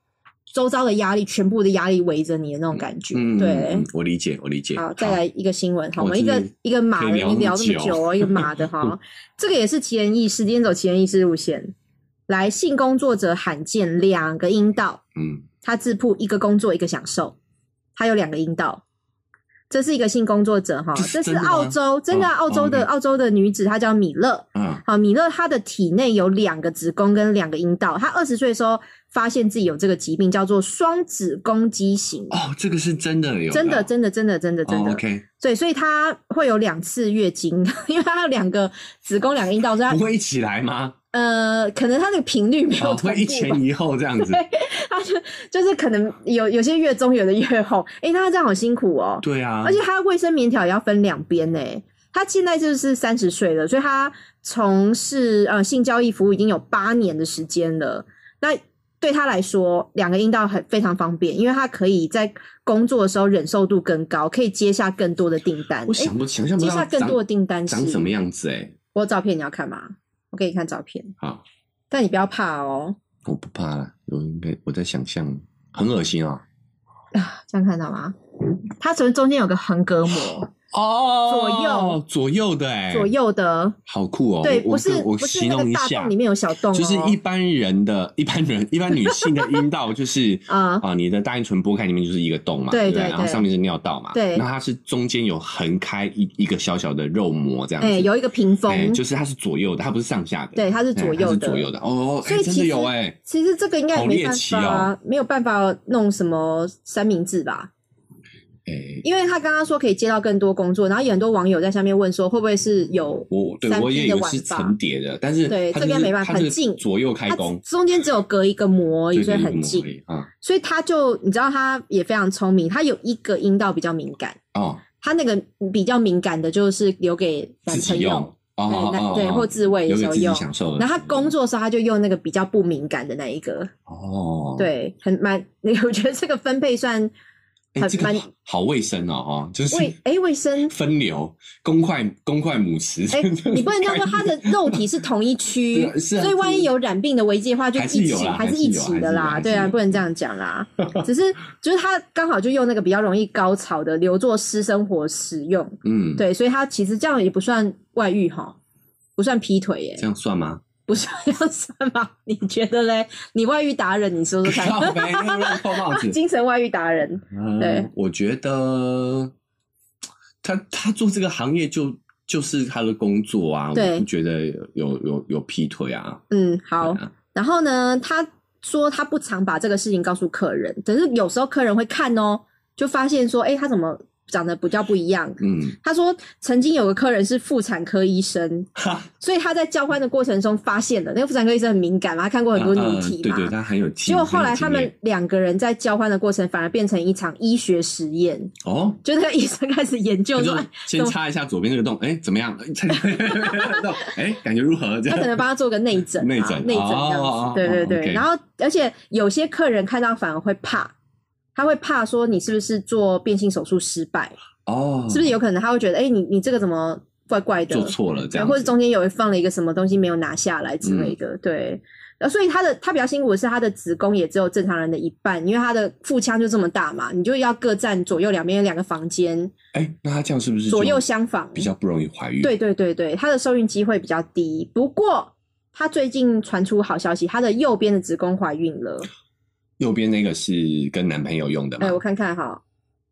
Speaker 1: 周遭的压力，全部的压力围着你的那种感觉，
Speaker 2: 嗯，
Speaker 1: 对。
Speaker 2: 嗯我理解，我理解。
Speaker 1: 好，再来一个新闻，好，
Speaker 2: 我
Speaker 1: 我们一
Speaker 2: 真
Speaker 1: 个
Speaker 2: 的
Speaker 1: 一个马
Speaker 2: 可以
Speaker 1: 的，
Speaker 2: 聊
Speaker 1: 已经
Speaker 2: 那
Speaker 1: 聊
Speaker 2: 么
Speaker 1: 这么
Speaker 2: 久
Speaker 1: 久哦，一个马的 哈，这个也是奇人异事，今天走奇人异事路线。来，性工作者罕见两个阴道，
Speaker 2: 嗯，
Speaker 1: 他自曝一个工作一个享受，他有两个阴道。这是一个性工作者哈，
Speaker 2: 这是
Speaker 1: 这是
Speaker 2: 真的吗
Speaker 1: 澳洲真的啊
Speaker 2: 哦
Speaker 1: 澳洲的
Speaker 2: 哦
Speaker 1: 澳洲的女子，她叫米勒。
Speaker 2: 啊，
Speaker 1: 好，米勒她的体内有两个子宫跟两个阴道，她二十岁的时候发现自己有这个疾病，叫做双子宫畸形。
Speaker 2: 哦，这个是真的有，
Speaker 1: 真的，真的，真的，真的，真
Speaker 2: 哦
Speaker 1: 的，
Speaker 2: ，OK，
Speaker 1: 对，所以她会有两次月经， 因为她有两个子宫、两个阴道，所以
Speaker 2: 不
Speaker 1: 她
Speaker 2: 会一起来吗？
Speaker 1: 呃，可能她那个频率没 有
Speaker 2: 哦，
Speaker 1: 同
Speaker 2: 会
Speaker 1: 步
Speaker 2: 一
Speaker 1: 吧
Speaker 2: 前一后这样子。
Speaker 1: 他就 就是可能有有些月中，有的月后，诶、那他这样好辛苦哦、
Speaker 2: 对啊，
Speaker 1: 而且他卫生棉条也要分两边呢。他现在就是三十岁了，所以他从事呃性交易服务已经有八年的时间了。那对他来说，两个阴道很非常方便，因为他可以在工作的时候忍受度更高，可以接下更多的订单。
Speaker 2: 我想
Speaker 1: 诶
Speaker 2: 不想象不
Speaker 1: 哎接
Speaker 2: 到
Speaker 1: 下更多的订单
Speaker 2: 长
Speaker 1: 是
Speaker 2: 什么样子哎、
Speaker 1: 我有照片你要看吗？我给你看照片，
Speaker 2: 好，
Speaker 1: 但你不要怕哦。
Speaker 2: 我不怕了，我应该我在想象，很恶心啊、
Speaker 1: 啊，这样看到吗？它从中间有个横膈膜，
Speaker 2: 哦，左右左右的哎、
Speaker 1: 左右的，
Speaker 2: 好酷哦！
Speaker 1: 对，
Speaker 2: 我
Speaker 1: 不是
Speaker 2: 我
Speaker 1: 不是
Speaker 2: 形
Speaker 1: 那
Speaker 2: 容
Speaker 1: 个
Speaker 2: 一
Speaker 1: 大
Speaker 2: 下
Speaker 1: 洞里，面有小洞哦，
Speaker 2: 就是一般人的一般人一般女性的阴道就是
Speaker 1: 啊，
Speaker 2: 啊，你的大阴唇拨开里面就是一个洞嘛，
Speaker 1: 对
Speaker 2: 不
Speaker 1: 对
Speaker 2: 然后
Speaker 1: 对
Speaker 2: 上面是尿道嘛，
Speaker 1: 对
Speaker 2: 那它是中间有横开一一个小小的肉膜这样子，
Speaker 1: 哎，有一个屏
Speaker 2: 哎
Speaker 1: 风，
Speaker 2: 就是它是左右的，它不是上下的，
Speaker 1: 对它是
Speaker 2: 哎
Speaker 1: 左右
Speaker 2: 它是
Speaker 1: 的
Speaker 2: 左右的哦，哎
Speaker 1: 所以
Speaker 2: 真
Speaker 1: 其
Speaker 2: 的
Speaker 1: 实
Speaker 2: 有哎、
Speaker 1: 其实这个应该也
Speaker 2: 好
Speaker 1: 没
Speaker 2: 猎
Speaker 1: 办
Speaker 2: 奇
Speaker 1: 法啊，
Speaker 2: 哦
Speaker 1: 没有办法弄什么三明治吧？
Speaker 2: 哎、
Speaker 1: 因为他刚刚说可以接到更多工作，然后有很多网友在下面问说，会不会是有
Speaker 2: 我对
Speaker 1: 三
Speaker 2: 我
Speaker 1: P
Speaker 2: 也以
Speaker 1: 的
Speaker 2: 为
Speaker 1: 玩
Speaker 2: 是
Speaker 1: 法
Speaker 2: 重叠的，但是
Speaker 1: 对
Speaker 2: 它
Speaker 1: 这个
Speaker 2: 就是
Speaker 1: 没办法
Speaker 2: 它这
Speaker 1: 很
Speaker 2: 个
Speaker 1: 近
Speaker 2: 左右开
Speaker 1: 它
Speaker 2: 弓，
Speaker 1: 中间只有隔一个膜而已，
Speaker 2: 对
Speaker 1: 所
Speaker 2: 对
Speaker 1: 以
Speaker 2: 对
Speaker 1: 很近，
Speaker 2: 啊
Speaker 1: 所以他就你知道他也非常聪明，他有一个阴道比较敏感，
Speaker 2: 哦，
Speaker 1: 他那个比较敏感的就是留给男
Speaker 2: 自
Speaker 1: 朋
Speaker 2: 己
Speaker 1: 友，
Speaker 2: 用嗯哦
Speaker 1: 对男
Speaker 2: 哦
Speaker 1: 对
Speaker 2: 哦
Speaker 1: 或自慰的
Speaker 2: 留
Speaker 1: 时
Speaker 2: 给
Speaker 1: 候
Speaker 2: 自己
Speaker 1: 用。
Speaker 2: 享受的
Speaker 1: 然后他
Speaker 2: 时候
Speaker 1: 工作的时候，他就用那个比较不敏感的那一个，
Speaker 2: 哦，
Speaker 1: 对，很蛮， 我觉得这个分配算
Speaker 2: 哎、
Speaker 1: 很
Speaker 2: 这
Speaker 1: 蛮
Speaker 2: 个好好卫生哦，哦，就是
Speaker 1: 卫，哎，卫生，
Speaker 2: 分流公筷公筷母匙，
Speaker 1: 哎，你不能这样说，他的肉体是同一
Speaker 2: 对
Speaker 1: 区
Speaker 2: 啊，是啊
Speaker 1: 所以万
Speaker 2: 是
Speaker 1: 一有染病的危机的话，就一
Speaker 2: 还是
Speaker 1: 起
Speaker 2: 有啦
Speaker 1: 是
Speaker 2: 还是
Speaker 1: 一
Speaker 2: 有
Speaker 1: 起的
Speaker 2: 还是
Speaker 1: 啦，
Speaker 2: 有
Speaker 1: 对
Speaker 2: 还
Speaker 1: 啊，
Speaker 2: 是有
Speaker 1: 不能这样讲 啦。只是就是他刚好就用那个比较容易高潮的留作私生活使用，
Speaker 2: 嗯，，
Speaker 1: 对，所以他其实这样也不算外遇哈，不算劈腿耶
Speaker 2: 这，样算吗？
Speaker 1: 不算要算吗？你觉得嘞？你外遇达人，你说说
Speaker 2: 靠
Speaker 1: 看，
Speaker 2: 背那个乱扣帽 子，
Speaker 1: 精神外遇达人，
Speaker 2: 嗯
Speaker 1: 对，
Speaker 2: 我觉得他他做这个行业就就是他的工作啊，
Speaker 1: 对
Speaker 2: 我不觉得有有有劈腿啊，
Speaker 1: 嗯，好
Speaker 2: 对。啊
Speaker 1: 然后呢，他说他不常把这个事情告诉客人，可是有时候客人会看哦，就发现说，哎，他怎么长得比较不一样？
Speaker 2: 嗯，
Speaker 1: 他说曾经有个客人是妇产科医生，
Speaker 2: 哈，
Speaker 1: 所以他在交换的过程中发现了那个妇产科医生很敏感嘛，他看过很多
Speaker 2: 嗯
Speaker 1: 女
Speaker 2: 嗯
Speaker 1: 体
Speaker 2: 对
Speaker 1: 嘛。
Speaker 2: 对，他很有体，
Speaker 1: 结果后来
Speaker 2: 很有经
Speaker 1: 他们
Speaker 2: 验
Speaker 1: 两个人在交换的过程反而变成一场医学实验，
Speaker 2: 哦。
Speaker 1: 就那个医生开始研究
Speaker 2: 他
Speaker 1: 说
Speaker 2: 就
Speaker 1: 哎
Speaker 2: 先插一下左边这个洞，哎，怎 么样？ 洞哎，感觉如何？这
Speaker 1: 他可能
Speaker 2: 样
Speaker 1: 帮他做个内诊啊、
Speaker 2: 内诊
Speaker 1: 内诊这样子，
Speaker 2: 哦哦哦
Speaker 1: 对对对。
Speaker 2: OK
Speaker 1: 然后，而且有些客人看到反而会怕，他会怕说你是不是做变性手术失败，
Speaker 2: 哦，
Speaker 1: 是不是有可能他会觉得，哎、你你这个怎么怪怪的，
Speaker 2: 做错了这
Speaker 1: 对，
Speaker 2: 样子？嗯
Speaker 1: 或者中间有放了一个什么东西没有拿下来之类的，对。呃，所以他的他比较辛苦的是他的子宫也只有正常人的一半，因为他的腹腔就这么大嘛，你就要各占左右两边有两个房间，
Speaker 2: 哎，那他这样是不是
Speaker 1: 左
Speaker 2: 就
Speaker 1: 右相仿，
Speaker 2: 比较不容易怀孕？
Speaker 1: 对对对对，她的受孕机会比较低。不过，她最近传出好消息，她的右边的子宫怀孕了。
Speaker 2: 右边那个是跟男朋友用的嘛？
Speaker 1: 哎，我看看哈，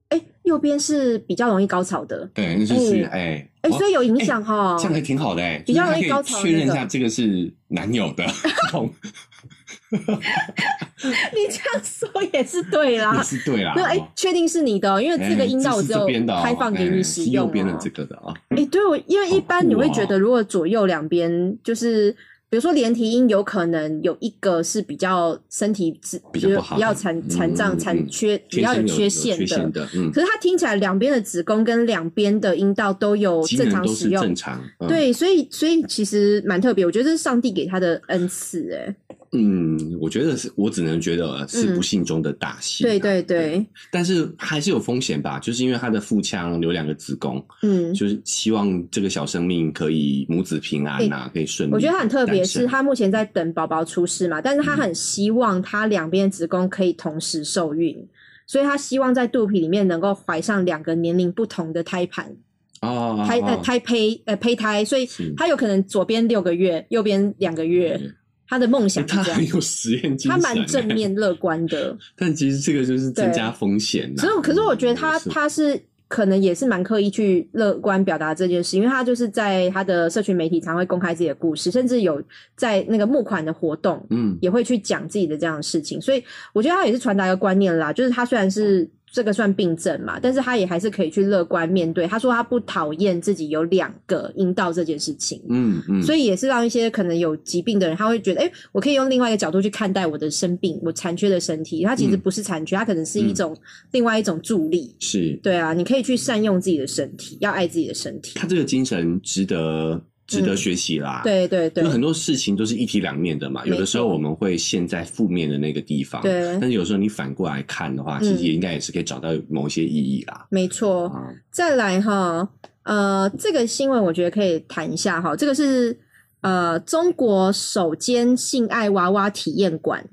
Speaker 1: 哎，右边是比较容易高潮的，
Speaker 2: 对，那就是
Speaker 1: 哎
Speaker 2: 哎
Speaker 1: 哎，所以有影
Speaker 2: 哎
Speaker 1: 响哈。
Speaker 2: 这样还挺好的哎，
Speaker 1: 比较容易
Speaker 2: 就是
Speaker 1: 高
Speaker 2: 他
Speaker 1: 潮
Speaker 2: 可以
Speaker 1: 的
Speaker 2: 确认一
Speaker 1: 那个
Speaker 2: 下这个是男友 的痛，
Speaker 1: 你这样说也是对啦
Speaker 2: 也。是对啦。
Speaker 1: 那哎
Speaker 2: 哦，
Speaker 1: 确定是你的哦，因为这个阴道
Speaker 2: 哎
Speaker 1: 我
Speaker 2: 这
Speaker 1: 只
Speaker 2: 是这
Speaker 1: 有
Speaker 2: 边的哦
Speaker 1: 开放给你
Speaker 2: 哎
Speaker 1: 使
Speaker 2: 是
Speaker 1: 用
Speaker 2: 右边的
Speaker 1: 哦
Speaker 2: 这个的啊，
Speaker 1: 哎、对我，因为
Speaker 2: 好
Speaker 1: 一般你
Speaker 2: 酷
Speaker 1: 会
Speaker 2: 哦
Speaker 1: 觉得，如果左右两边就是，比如说连体婴，有可能有一个是比较身体是
Speaker 2: 比较不
Speaker 1: 是
Speaker 2: 好
Speaker 1: 比较
Speaker 2: 的
Speaker 1: 残
Speaker 2: 嗯
Speaker 1: 残障、
Speaker 2: 嗯
Speaker 1: 残
Speaker 2: 嗯
Speaker 1: 缺比
Speaker 2: 天
Speaker 1: 较
Speaker 2: 生有
Speaker 1: 缺
Speaker 2: 有
Speaker 1: 陷
Speaker 2: 陷
Speaker 1: 的。
Speaker 2: 的，嗯，
Speaker 1: 可是它听起来两边的子宫跟两边的阴道都有
Speaker 2: 机
Speaker 1: 正
Speaker 2: 能
Speaker 1: 常
Speaker 2: 都
Speaker 1: 使
Speaker 2: 是
Speaker 1: 用，
Speaker 2: 正常，嗯，
Speaker 1: 对，所以所以其实蛮特别，我觉得这是上帝给他的恩赐，哎，
Speaker 2: 嗯，我觉得是我只能觉得呃是
Speaker 1: 嗯
Speaker 2: 不幸中的大幸，啊
Speaker 1: 对，对对，
Speaker 2: 但是还是有风险吧，就是因为他的腹腔留两个子宫，
Speaker 1: 嗯，
Speaker 2: 就是希望这个小生命可以母子平安啊，可以顺利
Speaker 1: 我
Speaker 2: 诞生。
Speaker 1: 觉得他很特别，是他目前在等宝宝出世嘛，但是他很希望他两边子宫可以同时受孕，所以他希望在肚皮里面能够怀上两个年龄不同的胎盘，
Speaker 2: 哦，
Speaker 1: 胎呃
Speaker 2: 哦
Speaker 1: 胎胚呃胚胎，所以
Speaker 2: 是
Speaker 1: 他有可能左边六个月，右边两个月，他的梦
Speaker 2: 欸
Speaker 1: 想是
Speaker 2: 他
Speaker 1: 这样啊
Speaker 2: 很。有实验精神，啊
Speaker 1: 他蛮正，面乐观 的，
Speaker 2: 但其实这个就是增加风险呐、
Speaker 1: 所以可是我觉得他
Speaker 2: 啊是
Speaker 1: 他是可能也是蛮刻意去乐观表达这件事，因为他就是在他的社群媒体常会公开自己的故事，甚至有在那个募款的活动，
Speaker 2: 嗯，
Speaker 1: 也会去讲自己的这样的事情，所以我觉得他也是传达一个观念啦，就是他虽然是这个算病症嘛，但是他也还是可以去乐观面对。他说他不讨厌自己有两个阴道这件事情，
Speaker 2: 嗯嗯，
Speaker 1: 所
Speaker 2: 以
Speaker 1: 以也是让一些可能有疾病的人，他会觉得，哎、我可以用另外一个角度去看待我的生病，我残缺的身体，它其实
Speaker 2: 嗯
Speaker 1: 不是残缺，它可能是一
Speaker 2: 嗯
Speaker 1: 种、另外一种助力。
Speaker 2: 是
Speaker 1: 对啊，你可以去善用自己的身体，要爱自己的身体
Speaker 2: 他。这个精神值得值
Speaker 1: 嗯
Speaker 2: 得学习啦。
Speaker 1: 对对对
Speaker 2: 因为啊很多事情都是一体两面的嘛，
Speaker 1: 没错
Speaker 2: 有的时候我们会陷在负面的那个地方，
Speaker 1: 对
Speaker 2: 但，是有时候你反过来看的话，
Speaker 1: 嗯哦
Speaker 2: 其实也应该也是可以找到某一些意义啦。
Speaker 1: 没错。
Speaker 2: 啊，
Speaker 1: 再来哈，呃，这个新闻我觉得可以谈一下哈，这个是呃中国首间性爱娃娃体验馆，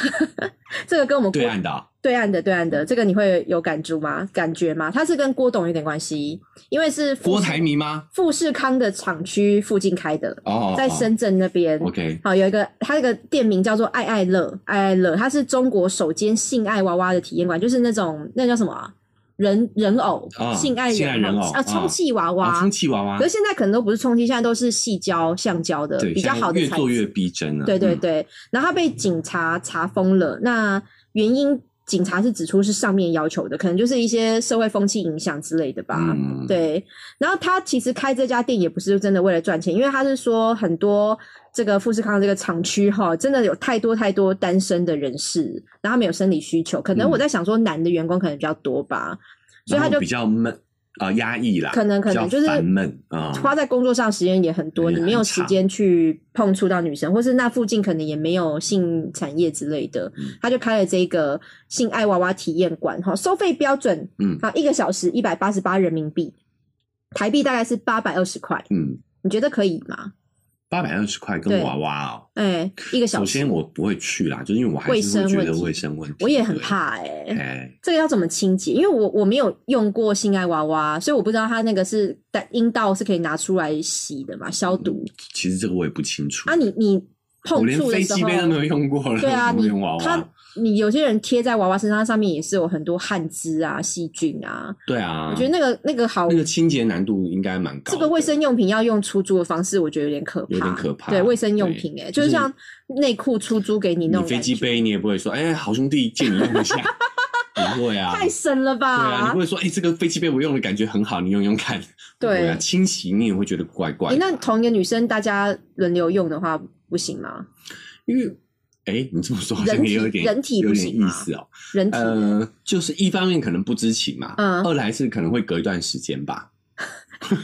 Speaker 1: 这个跟我们
Speaker 2: 对
Speaker 1: 国
Speaker 2: 岸的啊
Speaker 1: 对岸的对岸的，这个你会有感触吗？感觉吗？它是跟郭董有点关系，因为是富
Speaker 2: 郭
Speaker 1: 士
Speaker 2: 台铭吗？
Speaker 1: 富士康的厂区附近开的，
Speaker 2: 哦，
Speaker 1: 在深圳那边。
Speaker 2: o k
Speaker 1: 好，有一个，它那个店名叫做“爱爱乐”，爱爱乐，它是中国首间性爱娃娃的体验馆，就是那种那叫什么啊、人人偶、
Speaker 2: 啊
Speaker 1: 性爱
Speaker 2: 性爱
Speaker 1: 人
Speaker 2: 人偶
Speaker 1: 啊，充气娃
Speaker 2: 啊，
Speaker 1: 娃。
Speaker 2: 充气娃娃
Speaker 1: 可是现在可能都不是充气，现在都是细胶、橡胶的
Speaker 2: 对
Speaker 1: 比较
Speaker 2: 现在
Speaker 1: 好的
Speaker 2: 越
Speaker 1: 材
Speaker 2: 做
Speaker 1: 质
Speaker 2: 越逼真了。
Speaker 1: 对对
Speaker 2: 嗯，
Speaker 1: 对，然后他被警察查封了，那原因警察是指出是上面要求的，可能就是一些社会风气影响之类的吧。
Speaker 2: 嗯，
Speaker 1: 对，然后他其实开这家店也不是真的为了赚钱，因为他是说很多这个富士康这个厂区哈，真的有太多太多单身的人士，然后他们有生理需求，可能
Speaker 2: 嗯
Speaker 1: 我在想说男的员工可能比较多吧，所以
Speaker 2: 然
Speaker 1: 他
Speaker 2: 后
Speaker 1: 就
Speaker 2: 比较闷啊，压抑啦，
Speaker 1: 可能可能
Speaker 2: 比较
Speaker 1: 就是
Speaker 2: 烦闷啊，
Speaker 1: 花在工作上时间也很多，
Speaker 2: 也
Speaker 1: 你
Speaker 2: 很
Speaker 1: 没有时间去碰触到女生，或是那附近可能也没有性产业之类的，
Speaker 2: 嗯
Speaker 1: 他就开了这个性爱娃娃体验馆哈，收费标准
Speaker 2: 嗯
Speaker 1: 啊，一个小时一百八十八人民币，台币大概是八百二十块，
Speaker 2: 嗯，
Speaker 1: 你觉得可以吗？
Speaker 2: 八百二十块
Speaker 1: 对
Speaker 2: 跟娃娃哦。
Speaker 1: 哎、一个小
Speaker 2: 首
Speaker 1: 时，
Speaker 2: 先我不会去啦，就是因为我还
Speaker 1: 卫
Speaker 2: 是
Speaker 1: 生
Speaker 2: 会觉得
Speaker 1: 问题
Speaker 2: 卫生问题，
Speaker 1: 我也很
Speaker 2: 对。
Speaker 1: 怕哎、
Speaker 2: 哎，
Speaker 1: 这个要怎么清洁？因为我我没有用过性爱娃娃，所以我不知道它那个是但阴道是可以拿出来洗的嘛，消毒。
Speaker 2: 其实这个我也不清楚
Speaker 1: 啊，你你
Speaker 2: 嗯我
Speaker 1: 碰
Speaker 2: 连
Speaker 1: 触的
Speaker 2: 飞
Speaker 1: 时
Speaker 2: 机
Speaker 1: 候，
Speaker 2: 杯都没有用过了，
Speaker 1: 对啊，
Speaker 2: 我怎么
Speaker 1: 你
Speaker 2: 用娃
Speaker 1: 它
Speaker 2: 娃，
Speaker 1: 你有些人贴在娃娃身上，它上面也是有很多汗渍啊、细菌啊。
Speaker 2: 对啊，
Speaker 1: 我觉得那个那个好，
Speaker 2: 那个清洁难度应该蛮高
Speaker 1: 这
Speaker 2: 的，
Speaker 1: 个卫生用品要用出租的方式，我觉得有点可怕，
Speaker 2: 有点可怕
Speaker 1: 对，卫生用
Speaker 2: 对
Speaker 1: 品、欸，哎，
Speaker 2: 就
Speaker 1: 就是是像内裤出租给你那
Speaker 2: 你
Speaker 1: 种
Speaker 2: 飞
Speaker 1: 感
Speaker 2: 机
Speaker 1: 觉
Speaker 2: 杯你也不会说，哎，好兄弟借你用 一下，不会啊，
Speaker 1: 太神了
Speaker 2: 对啊，你
Speaker 1: 吧
Speaker 2: 不？会说，哎，这个飞机杯我用的感觉很好，你用用看，
Speaker 1: 对
Speaker 2: 不会啊，清洗你也会觉得怪怪
Speaker 1: 哎、
Speaker 2: 的，
Speaker 1: 那同一个女生大家轮流用的话，不行吗？
Speaker 2: 因为。哎，你这么说好像
Speaker 1: 人
Speaker 2: 也有
Speaker 1: 体
Speaker 2: 点
Speaker 1: 人体
Speaker 2: 有
Speaker 1: 不
Speaker 2: 点
Speaker 1: 行
Speaker 2: 意
Speaker 1: 吗
Speaker 2: 思哦。
Speaker 1: 人体、
Speaker 2: 呃，就是一方面可能不知情嘛，
Speaker 1: 嗯
Speaker 2: 二来是可能会隔一段时间吧，
Speaker 1: 可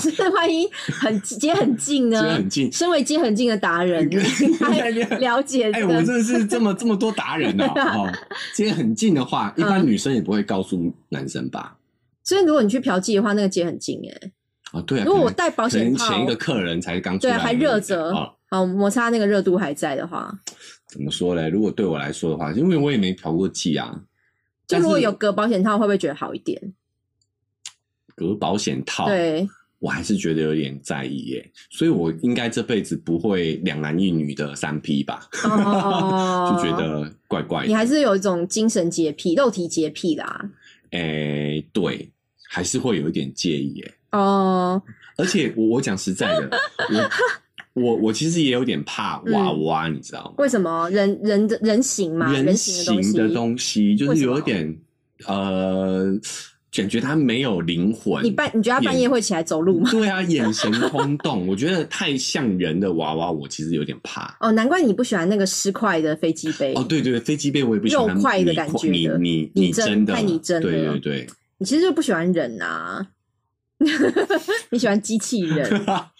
Speaker 1: 是万一很接很近
Speaker 2: 虽
Speaker 1: 呢？
Speaker 2: 然很近。
Speaker 1: 身为接很近的达 人，你应该了解
Speaker 2: 哎、
Speaker 1: 这
Speaker 2: 我
Speaker 1: 个
Speaker 2: 们真的是 这么这么多达人啊！哦，接很近的话，一般
Speaker 1: 嗯
Speaker 2: 女生也不会告诉男生吧？
Speaker 1: 所以如果你去嫖妓的话，那个接很近哎、
Speaker 2: 啊、对啊，
Speaker 1: 如果我
Speaker 2: 可能
Speaker 1: 戴保
Speaker 2: 可
Speaker 1: 险
Speaker 2: 能
Speaker 1: 套
Speaker 2: 前一，个客人才刚出
Speaker 1: 对，
Speaker 2: 来，
Speaker 1: 还热着
Speaker 2: 啊、，
Speaker 1: 好摩擦那个热度还在的话，
Speaker 2: 怎么说嘞？如果对我来说的话，因为我也没嫖过妓啊，
Speaker 1: 就
Speaker 2: 但
Speaker 1: 如果
Speaker 2: 是
Speaker 1: 有隔保险套，会不会觉得好一点？
Speaker 2: 隔保险套，
Speaker 1: 对，
Speaker 2: 我还是觉得有点在意耶，所以我应该这辈子不会两男一女的三 P 吧？
Speaker 1: 哦，
Speaker 2: 就觉得怪怪的。
Speaker 1: 你还是有一种精神洁癖、肉体洁癖啦。
Speaker 2: 诶、对，还是会有一点介意诶。
Speaker 1: 哦，
Speaker 2: 而且我我讲实在的，我我我其实也有点怕
Speaker 1: 嗯
Speaker 2: 娃娃，你知道吗？
Speaker 1: 为什么人人的人形嘛，人
Speaker 2: 人
Speaker 1: 形的东
Speaker 2: 形
Speaker 1: 西，
Speaker 2: 的东西就
Speaker 1: 为
Speaker 2: 是
Speaker 1: 什
Speaker 2: 有
Speaker 1: 么
Speaker 2: 一点呃，感觉它没有灵魂。
Speaker 1: 你半你觉得他半夜会起来走路吗？
Speaker 2: 对啊，眼神空洞，我觉得太像人的娃娃，我其实有点怕。
Speaker 1: 哦，难怪你不喜欢那个湿块的飞机杯。
Speaker 2: 哦，对对，对飞机杯我也不喜欢
Speaker 1: 肉块的感觉
Speaker 2: 你
Speaker 1: 的
Speaker 2: 你
Speaker 1: 拟
Speaker 2: 你
Speaker 1: 真
Speaker 2: 真的
Speaker 1: 太拟真
Speaker 2: 对
Speaker 1: 了
Speaker 2: 对对，
Speaker 1: 你其实就不喜欢人啊， 你喜欢机器人。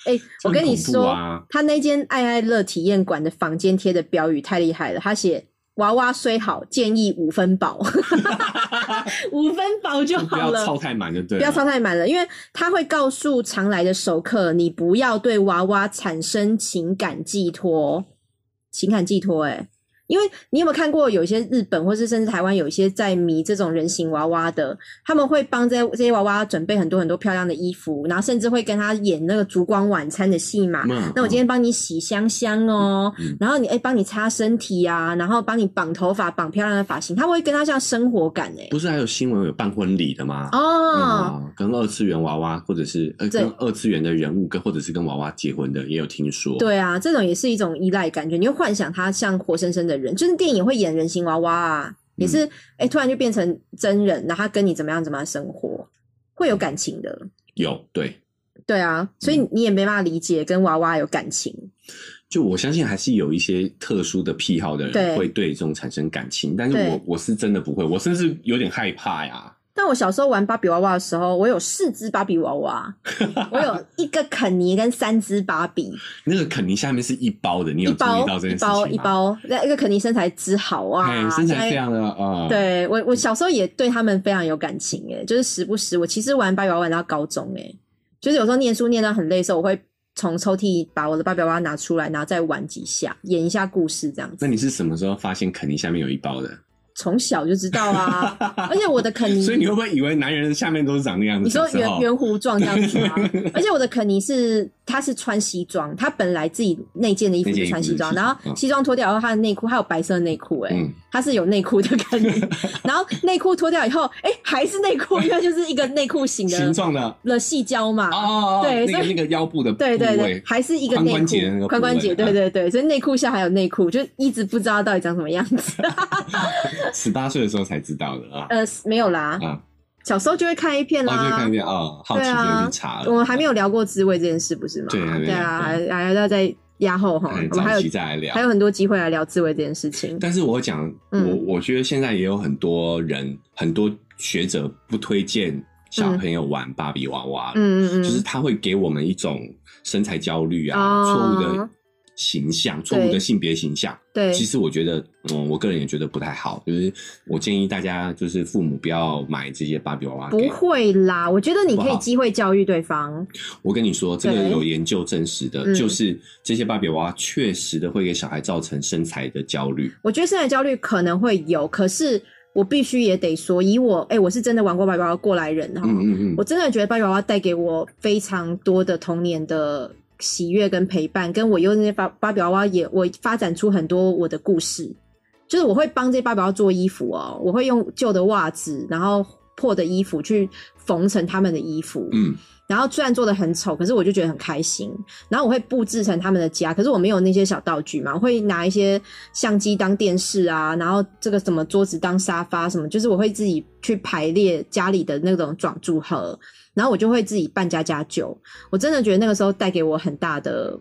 Speaker 1: 哎、我跟你
Speaker 2: 这很恐怖
Speaker 1: 说，
Speaker 2: 啊
Speaker 1: 他那间爱爱乐体验馆的房间贴的标语太厉害了，他写“娃娃虽好，建议五分 饱”， 五分饱就
Speaker 2: 不
Speaker 1: 好
Speaker 2: 要
Speaker 1: 了。
Speaker 2: 操太满就对
Speaker 1: 不
Speaker 2: 了，
Speaker 1: 要操太满了，因为他会告诉常来的熟客，你不要对娃娃产生情感寄托，情感寄托、欸，因为你有没有看过有一些日本或是甚至台湾有一些在迷这种人形娃娃的，他们会帮这这些娃娃准备很多很多漂亮的衣服，然后甚至会跟他演那个烛光晚餐的戏码。
Speaker 2: 嗯。
Speaker 1: 那我今
Speaker 2: 天
Speaker 1: 天帮你洗香香哦，
Speaker 2: 嗯嗯
Speaker 1: 然后你哎帮、你擦身体啊，然后帮你绑头发，绑漂亮的发型，他会跟他像生活感哎、
Speaker 2: 不是还有新闻有办婚礼的吗？
Speaker 1: 哦，
Speaker 2: 啊，跟二次元娃娃，或者是呃，
Speaker 1: 对
Speaker 2: 跟二次元的人物，跟或者是跟娃娃结婚的，也有听说。，
Speaker 1: 对啊，这种也是一种依赖感觉，你会幻想他像活生生的人，就是电影会演人形娃娃啊，也
Speaker 2: 嗯
Speaker 1: 是哎、诶突然就变成真人，然后他跟你怎么样怎么样生活，会有感情的。
Speaker 2: 有对，
Speaker 1: 对啊，所
Speaker 2: 嗯
Speaker 1: 以你也没办法理解跟娃娃有感情。
Speaker 2: 就我相信还是有一些特殊的癖好的
Speaker 1: 对
Speaker 2: 人会对这种产生感情，但是
Speaker 1: 对
Speaker 2: 我我是真的不会，我甚至有点害怕呀。
Speaker 1: 但我小时候玩芭比娃娃的时候，我有四只芭比娃娃，我有一个肯尼跟三只芭比，
Speaker 2: 那个肯尼下面是一包 的，你
Speaker 1: 一
Speaker 2: 有注
Speaker 1: 包
Speaker 2: 意到这
Speaker 1: 一
Speaker 2: 件事情
Speaker 1: 包
Speaker 2: 吗
Speaker 1: 一，包，那一个肯尼身材之好啊
Speaker 2: 哎，，身
Speaker 1: 现在
Speaker 2: 材非常的呃，，
Speaker 1: 对我，我小时候也对他们非常有感情诶，就是时不时我其实玩芭比娃娃玩到高中诶，就是有时候念书念到很累的时候，我会从抽屉把我的芭比娃娃拿出来，然后再玩几下，演一下故事这样
Speaker 2: 那
Speaker 1: 子。
Speaker 2: 你是什么时候发现肯尼下面有一包的？
Speaker 1: 从小就知道啊，而且我的肯尼，
Speaker 2: 所以你会不会以为男人下面都是长那样子？
Speaker 1: 你说
Speaker 2: 小时
Speaker 1: 圆
Speaker 2: 候
Speaker 1: 圆弧状这样子 吗？而且我的肯尼是，他是穿西装，他本来自己内件的衣服
Speaker 2: 内
Speaker 1: 就
Speaker 2: 件衣服
Speaker 1: 穿西装，
Speaker 2: 是
Speaker 1: 然后
Speaker 2: 嗯
Speaker 1: 西装脱掉以后，他的内裤还有白色的内裤，哎，
Speaker 2: 嗯，
Speaker 1: 他是有内裤的肯 尼，然后内裤脱掉以后，哎、还是内裤，因为就是一个内裤型
Speaker 2: 形
Speaker 1: 的
Speaker 2: 状的哦
Speaker 1: 了细胶嘛。
Speaker 2: 哦，哦
Speaker 1: 对
Speaker 2: 那
Speaker 1: 所
Speaker 2: 个
Speaker 1: 以
Speaker 2: 那个腰部的部
Speaker 1: 对对对
Speaker 2: 位，，
Speaker 1: 还是一个内裤，
Speaker 2: 髋关节的那个部位
Speaker 1: 髋关节，对
Speaker 2: 嗯
Speaker 1: 对对，所以内裤下还有内裤，就一直不知道到底长什么样 子。
Speaker 2: 十八岁的时候才知道的啊
Speaker 1: 呃，没有啦，
Speaker 2: 啊！
Speaker 1: 小时候就会看 A 片
Speaker 2: 哦，就
Speaker 1: 啦，
Speaker 2: 看一遍哦，好奇
Speaker 1: 对啊
Speaker 2: 就去查了。
Speaker 1: 我们还没有聊过滋味这件事，不是吗？
Speaker 2: 对还没聊
Speaker 1: 啊，还
Speaker 2: 对
Speaker 1: 还要再压后哈
Speaker 2: 哎，
Speaker 1: 我们还
Speaker 2: 早期
Speaker 1: 有
Speaker 2: 再来聊
Speaker 1: 还。有很多机会来聊滋味这件事情。
Speaker 2: 但是我讲，
Speaker 1: 嗯
Speaker 2: 我我觉得现在也有很多人，很多学者不推荐小朋友玩芭比娃娃，
Speaker 1: 嗯嗯
Speaker 2: 啊就是
Speaker 1: 嗯，
Speaker 2: 他会给我们一种身材焦虑啊，
Speaker 1: 哦
Speaker 2: 错误的形象，错误的性别形象。
Speaker 1: 对，
Speaker 2: 其实我觉得，嗯，我个人也觉得不太好。就是我建议大家，就是父母不要买这些芭比娃娃
Speaker 1: 不
Speaker 2: 给。
Speaker 1: 会啦，我觉得你可
Speaker 2: 不
Speaker 1: 以
Speaker 2: 好
Speaker 1: 机会教育对方。
Speaker 2: 我跟你说，这个
Speaker 1: 对
Speaker 2: 有研究证实的，
Speaker 1: 嗯
Speaker 2: 就是这些芭比娃娃确实的会给小孩造成身材的焦虑。
Speaker 1: 我觉得身材焦虑可能会有，可是我必须也得说，以我哎、我是真的玩过芭比娃娃过来人哈，
Speaker 2: 嗯嗯嗯
Speaker 1: 我，真的觉得芭比娃娃带给我非常多的童年的喜悦跟陪伴，跟我用那些芭芭比娃娃也我发展出很多我的故事，就是我会帮这些芭比娃娃做衣服哦，我会用旧的袜子，然后破的衣服去缝成他们的衣服，
Speaker 2: 嗯，
Speaker 1: 然后虽然做的很丑，可是我就觉得很开心。然后我会布置成他们的家，可是我没有那些小道具嘛，我会拿一些相机当电视啊，然后这个什么桌子当沙发什么，就是我会自己去排列家里的那种装组合，然后我就会自己办家家酒。我真的觉得那个时候带给我很大的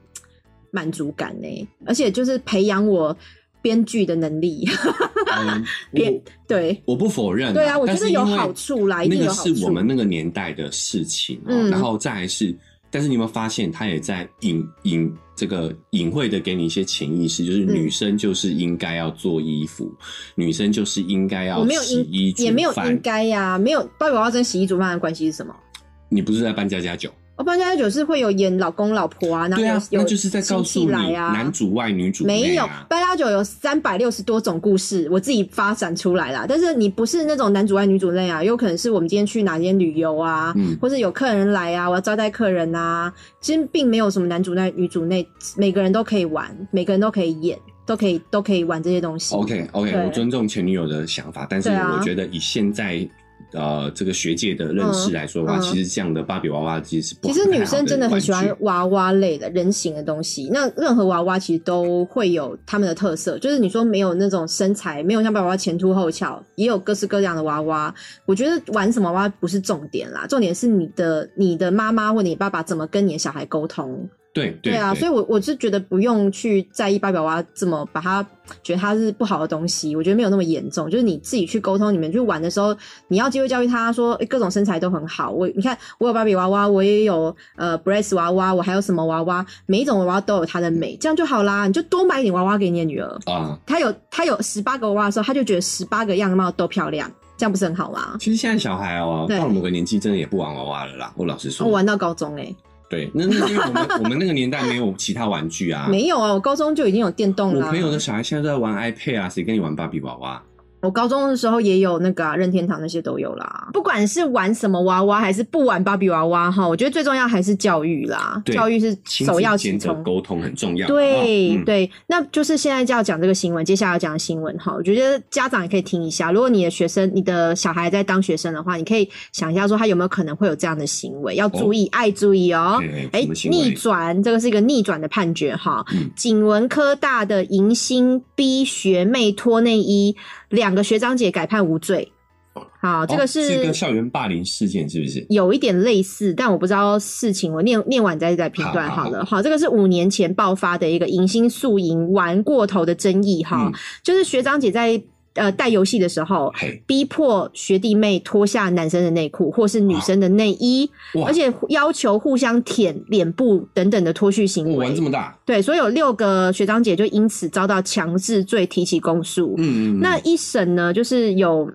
Speaker 1: 满足感呢、而且就是培养我编剧的能力。
Speaker 2: 嗯
Speaker 1: 变对
Speaker 2: 我我不否认、
Speaker 1: 对啊，我觉
Speaker 2: 但
Speaker 1: 得
Speaker 2: 是因
Speaker 1: 有
Speaker 2: 为
Speaker 1: 好处啊啦，一
Speaker 2: 那
Speaker 1: 定
Speaker 2: 个
Speaker 1: 有好
Speaker 2: 是
Speaker 1: 处。
Speaker 2: 我们那个年代的事情、哦
Speaker 1: 嗯
Speaker 2: 然后再来是，但是你有没有发现，它也在隐隐这个隐晦的给你一些潜意识，
Speaker 1: 嗯
Speaker 2: 就是女生就是应该要做衣服，女生就是应该
Speaker 1: 我
Speaker 2: 要
Speaker 1: 没有
Speaker 2: 洗衣
Speaker 1: 也没有
Speaker 2: 煮
Speaker 1: 应
Speaker 2: 饭。
Speaker 1: 该呀、没有芭比娃娃跟洗衣煮饭的关系是什么？
Speaker 2: 你不是在扮家家酒？
Speaker 1: 哦，搬家酒是会有演老公老婆啊，然后
Speaker 2: 对
Speaker 1: 有、
Speaker 2: 啊，
Speaker 1: 有
Speaker 2: 那就是在告诉
Speaker 1: 亲戚
Speaker 2: 你
Speaker 1: 来啊，
Speaker 2: 男主外女主内
Speaker 1: 没有
Speaker 2: 啊。
Speaker 1: 搬家酒有三百六十多种故事，我自己发展出来啦。但是你不是那种男主外女主内啊，有可能是我们今天去哪间旅游啊，
Speaker 2: 嗯
Speaker 1: 或是有客人来啊，我要招待客人啊，其实并没有什么男主内女主内，每个人都可以玩，每个人都可以演，都可以都可以玩这些东西。
Speaker 2: OK OK，
Speaker 1: 对
Speaker 2: 我尊重前女友的想法，但是
Speaker 1: 对啊
Speaker 2: 我觉得以现在。呃，这个学界的认识来说的话，
Speaker 1: 嗯嗯
Speaker 2: 其实这样的芭比娃娃其实是不
Speaker 1: 其
Speaker 2: 好
Speaker 1: 实女生真的很
Speaker 2: 玩
Speaker 1: 喜
Speaker 2: 具
Speaker 1: 欢娃娃类的人形的东西，那任何娃娃其实都会有他们的特色，就是你说没有那种身材，没有像芭比娃娃前凸后翘，也有各式各样的娃娃。我觉得玩什么娃娃不是重点啦，重点是你的你的妈妈或你爸爸怎么跟你的小孩沟通。
Speaker 2: 对对
Speaker 1: 啊，所以我我是觉得不用去在意芭比娃娃怎么把它觉得它是不好的东西，我觉得没有那么严重。就是你自己去沟通，你们去玩的时候，你要机会教育他说、哎诶各种身材都很好。我你看，我有芭比娃娃，我也有呃 Brace 娃娃，我还有什么娃娃，每一种娃娃都有它的美，这样就好啦。你就多买一点娃娃给你的女儿，
Speaker 2: 啊、
Speaker 1: 她有她有十八个娃娃的时候，她就觉得十八个样貌都漂亮，这样不是很好吗？
Speaker 2: 其实现在小孩哦、
Speaker 1: 对
Speaker 2: 到了某个年纪，真的也不玩娃娃了啦。我老实说，
Speaker 1: 我玩到高中哎、诶
Speaker 2: 对，那那因为我们 我们那个年代没有其他玩具啊。
Speaker 1: 没有啊，我高中就已经有电动
Speaker 2: 我
Speaker 1: 了。啊
Speaker 2: 朋友的小孩现在都在玩 iPad 啊，谁跟你玩芭比娃娃？
Speaker 1: 我高中的时候也有那个、啊、任天堂那些都有啦，不管是玩什么娃娃还是不玩芭比娃娃哈，我觉得最重要还是教育啦，
Speaker 2: 对
Speaker 1: 教育是
Speaker 2: 亲
Speaker 1: 首要
Speaker 2: 子
Speaker 1: 其
Speaker 2: 间的
Speaker 1: 冲。
Speaker 2: 沟通很重要。
Speaker 1: 对、
Speaker 2: 哦嗯
Speaker 1: 对，那就是现在就要讲这个新闻，接下来要讲的新闻哈，我觉得家长也可以听一下。如果你的学生、你的小孩在当学生的话，你可以想一下说他有没有可能会有这样的行为，要注意，爱注意哦。
Speaker 2: 哦对
Speaker 1: 哎
Speaker 2: 什么，行为
Speaker 1: 逆转，这个是一个逆转的判决哈。
Speaker 2: 嗯
Speaker 1: 景文科大的迎新逼学妹脱内衣，两个学长姐改判无罪。好，这
Speaker 2: 哦
Speaker 1: 个
Speaker 2: 是一
Speaker 1: 是
Speaker 2: 个校园霸凌事件，是不是？
Speaker 1: 有一点类似，但我不知道事情，我念念完再再评断
Speaker 2: 好好
Speaker 1: 好了。好，这个是五年前爆发的一个迎新宿营玩过头的争议哈，
Speaker 2: 嗯
Speaker 1: 就是学长姐在。呃带游戏的时候，
Speaker 2: 嘿，
Speaker 1: 逼迫学弟妹脱下男生的内裤或是女生的内衣，
Speaker 2: 哇
Speaker 1: 而，且要求互相舔脸部等等的脱序
Speaker 2: 我
Speaker 1: 行
Speaker 2: 玩
Speaker 1: 为。
Speaker 2: 这么大，
Speaker 1: 对，所以有六个学长姐就因此遭到强制罪提起公诉。
Speaker 2: 嗯嗯，嗯
Speaker 1: 那一审呢，就是有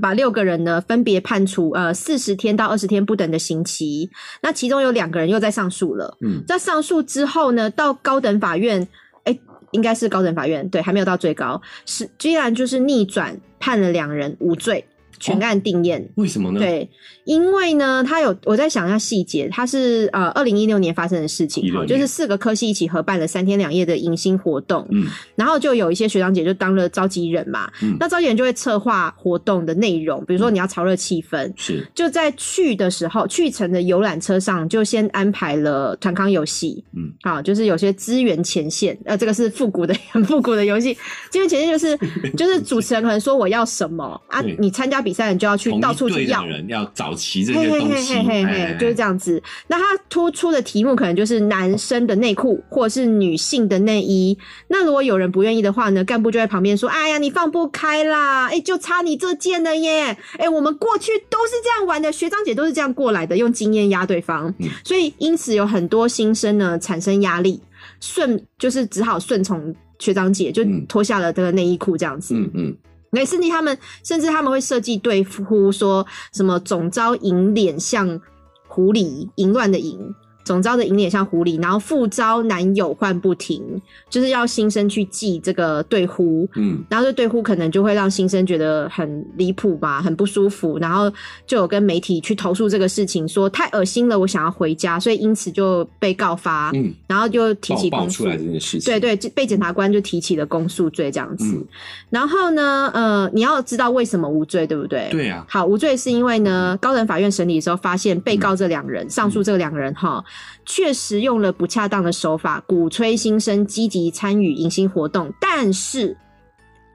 Speaker 1: 把六个人呢分别判处呃四十天到二十天不等的刑期，那其中有两个人又在上诉了。
Speaker 2: 嗯
Speaker 1: 在上诉之后呢，到高等法院，哎、应该是高等法院，对，还没有到最高，是居然就是逆转判了两人无罪，全案定验。
Speaker 2: 为什么呢？，
Speaker 1: 对，因为呢，他有我在想一下细节，他是呃，二零一六年发生的事情
Speaker 2: 16
Speaker 1: 哈，就是四个科系一起合办了三天两夜的迎新活动，
Speaker 2: 嗯
Speaker 1: 然后就有一些学长姐就当了召集人嘛，
Speaker 2: 嗯
Speaker 1: 那召集人就会策划活动的内容，比如说你要炒热气氛，
Speaker 2: 是
Speaker 1: 就在去的时候，去程的游览车上就先安排了团康游戏，
Speaker 2: 嗯，
Speaker 1: 啊，就是有些资源前线，呃，这个是复古的 很复古的游戏，资源前线就是就是主持人可能说我要什么啊
Speaker 2: 对，
Speaker 1: 你参加比赛你就要去
Speaker 2: 同
Speaker 1: 到
Speaker 2: 一
Speaker 1: 处
Speaker 2: 队
Speaker 1: 去
Speaker 2: 的
Speaker 1: 要。
Speaker 2: 人要找齐这
Speaker 1: 嘿
Speaker 2: 些
Speaker 1: 嘿
Speaker 2: 东
Speaker 1: 嘿
Speaker 2: 西，
Speaker 1: 嘿嘿
Speaker 2: 哎
Speaker 1: 嘿，就是这样子。那它突出的题目可能就是男生的内裤或者是女性的内衣。那如果有人不愿意的话呢，干部就在旁边说：“哎呀，你放不开啦！哎、就差你这件了耶！哎、我们过去都是这样玩的，学长姐都是这样过来的，用经验压对方。
Speaker 2: 嗯
Speaker 1: 所以因此有很多新生呢产生压力，顺就是只好顺从学长姐，就
Speaker 2: 嗯
Speaker 1: 脱下了这个内衣裤这样子。
Speaker 2: 嗯嗯，
Speaker 1: 对，甚至他们甚至他们会设计对呼说什么总招引脸像狐狸，淫乱的淫，总招的引脸像狐狸，然后副招男友换不停，就是要新生去记这个对呼。
Speaker 2: 嗯
Speaker 1: 然后这对呼可能就会让新生觉得很离谱吧，很不舒服，然后就有跟媒体去投诉这个事情，说太恶心了，我想要回家，所以因此就被告发，
Speaker 2: 嗯，
Speaker 1: 然后就提
Speaker 2: 爆
Speaker 1: 起
Speaker 2: 爆
Speaker 1: 公
Speaker 2: 出
Speaker 1: 诉。
Speaker 2: 来这件事情，
Speaker 1: 对，对，就被检察官就提起了公诉罪这样子。
Speaker 2: 嗯，
Speaker 1: 然后呢，呃，你要知道为什么无罪，对不对？。
Speaker 2: 对啊，
Speaker 1: 好，无罪是因为呢，高等法院审理的时候发现，被告这两人、上述这两人哈，确实用了不恰当的手法，鼓吹新生积极参与迎新活动，但是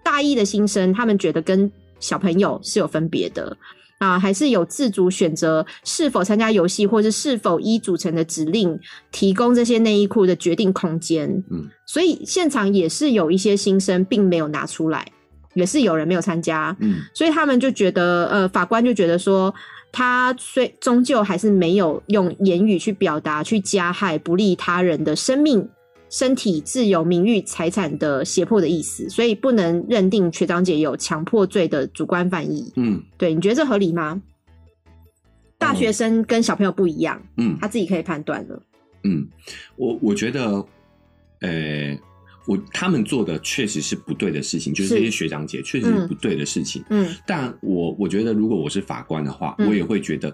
Speaker 1: 大一的新生他们觉得跟小朋友是有分别的。啊，还是有自主选择是否参加游戏，或是是否依组成的指令提供这些内衣裤的决定空间。
Speaker 2: 嗯，
Speaker 1: 所以现场也是有一些新生并没有拿出来，也是有人没有参加。
Speaker 2: 嗯
Speaker 1: 所以他们就觉得，呃，法官就觉得说，他虽终究还是没有用言语去表达去加害不利他人的生命、身体、自由、名誉、财产的胁迫的意思，所以不能认定学长姐有强迫罪的主观犯意。
Speaker 2: 嗯
Speaker 1: 对，你觉得这合理吗？大学生跟小朋友不一样，
Speaker 2: 嗯，
Speaker 1: 他自己可以判断了。
Speaker 2: 嗯，我我觉得，呃，我他们做的确实是不对的事情，就是
Speaker 1: 是
Speaker 2: 这些学长姐确实是
Speaker 1: 嗯
Speaker 2: 不对的事情。
Speaker 1: 嗯，
Speaker 2: 但我我觉得，如果我是法官的话，
Speaker 1: 嗯
Speaker 2: 我也会觉得，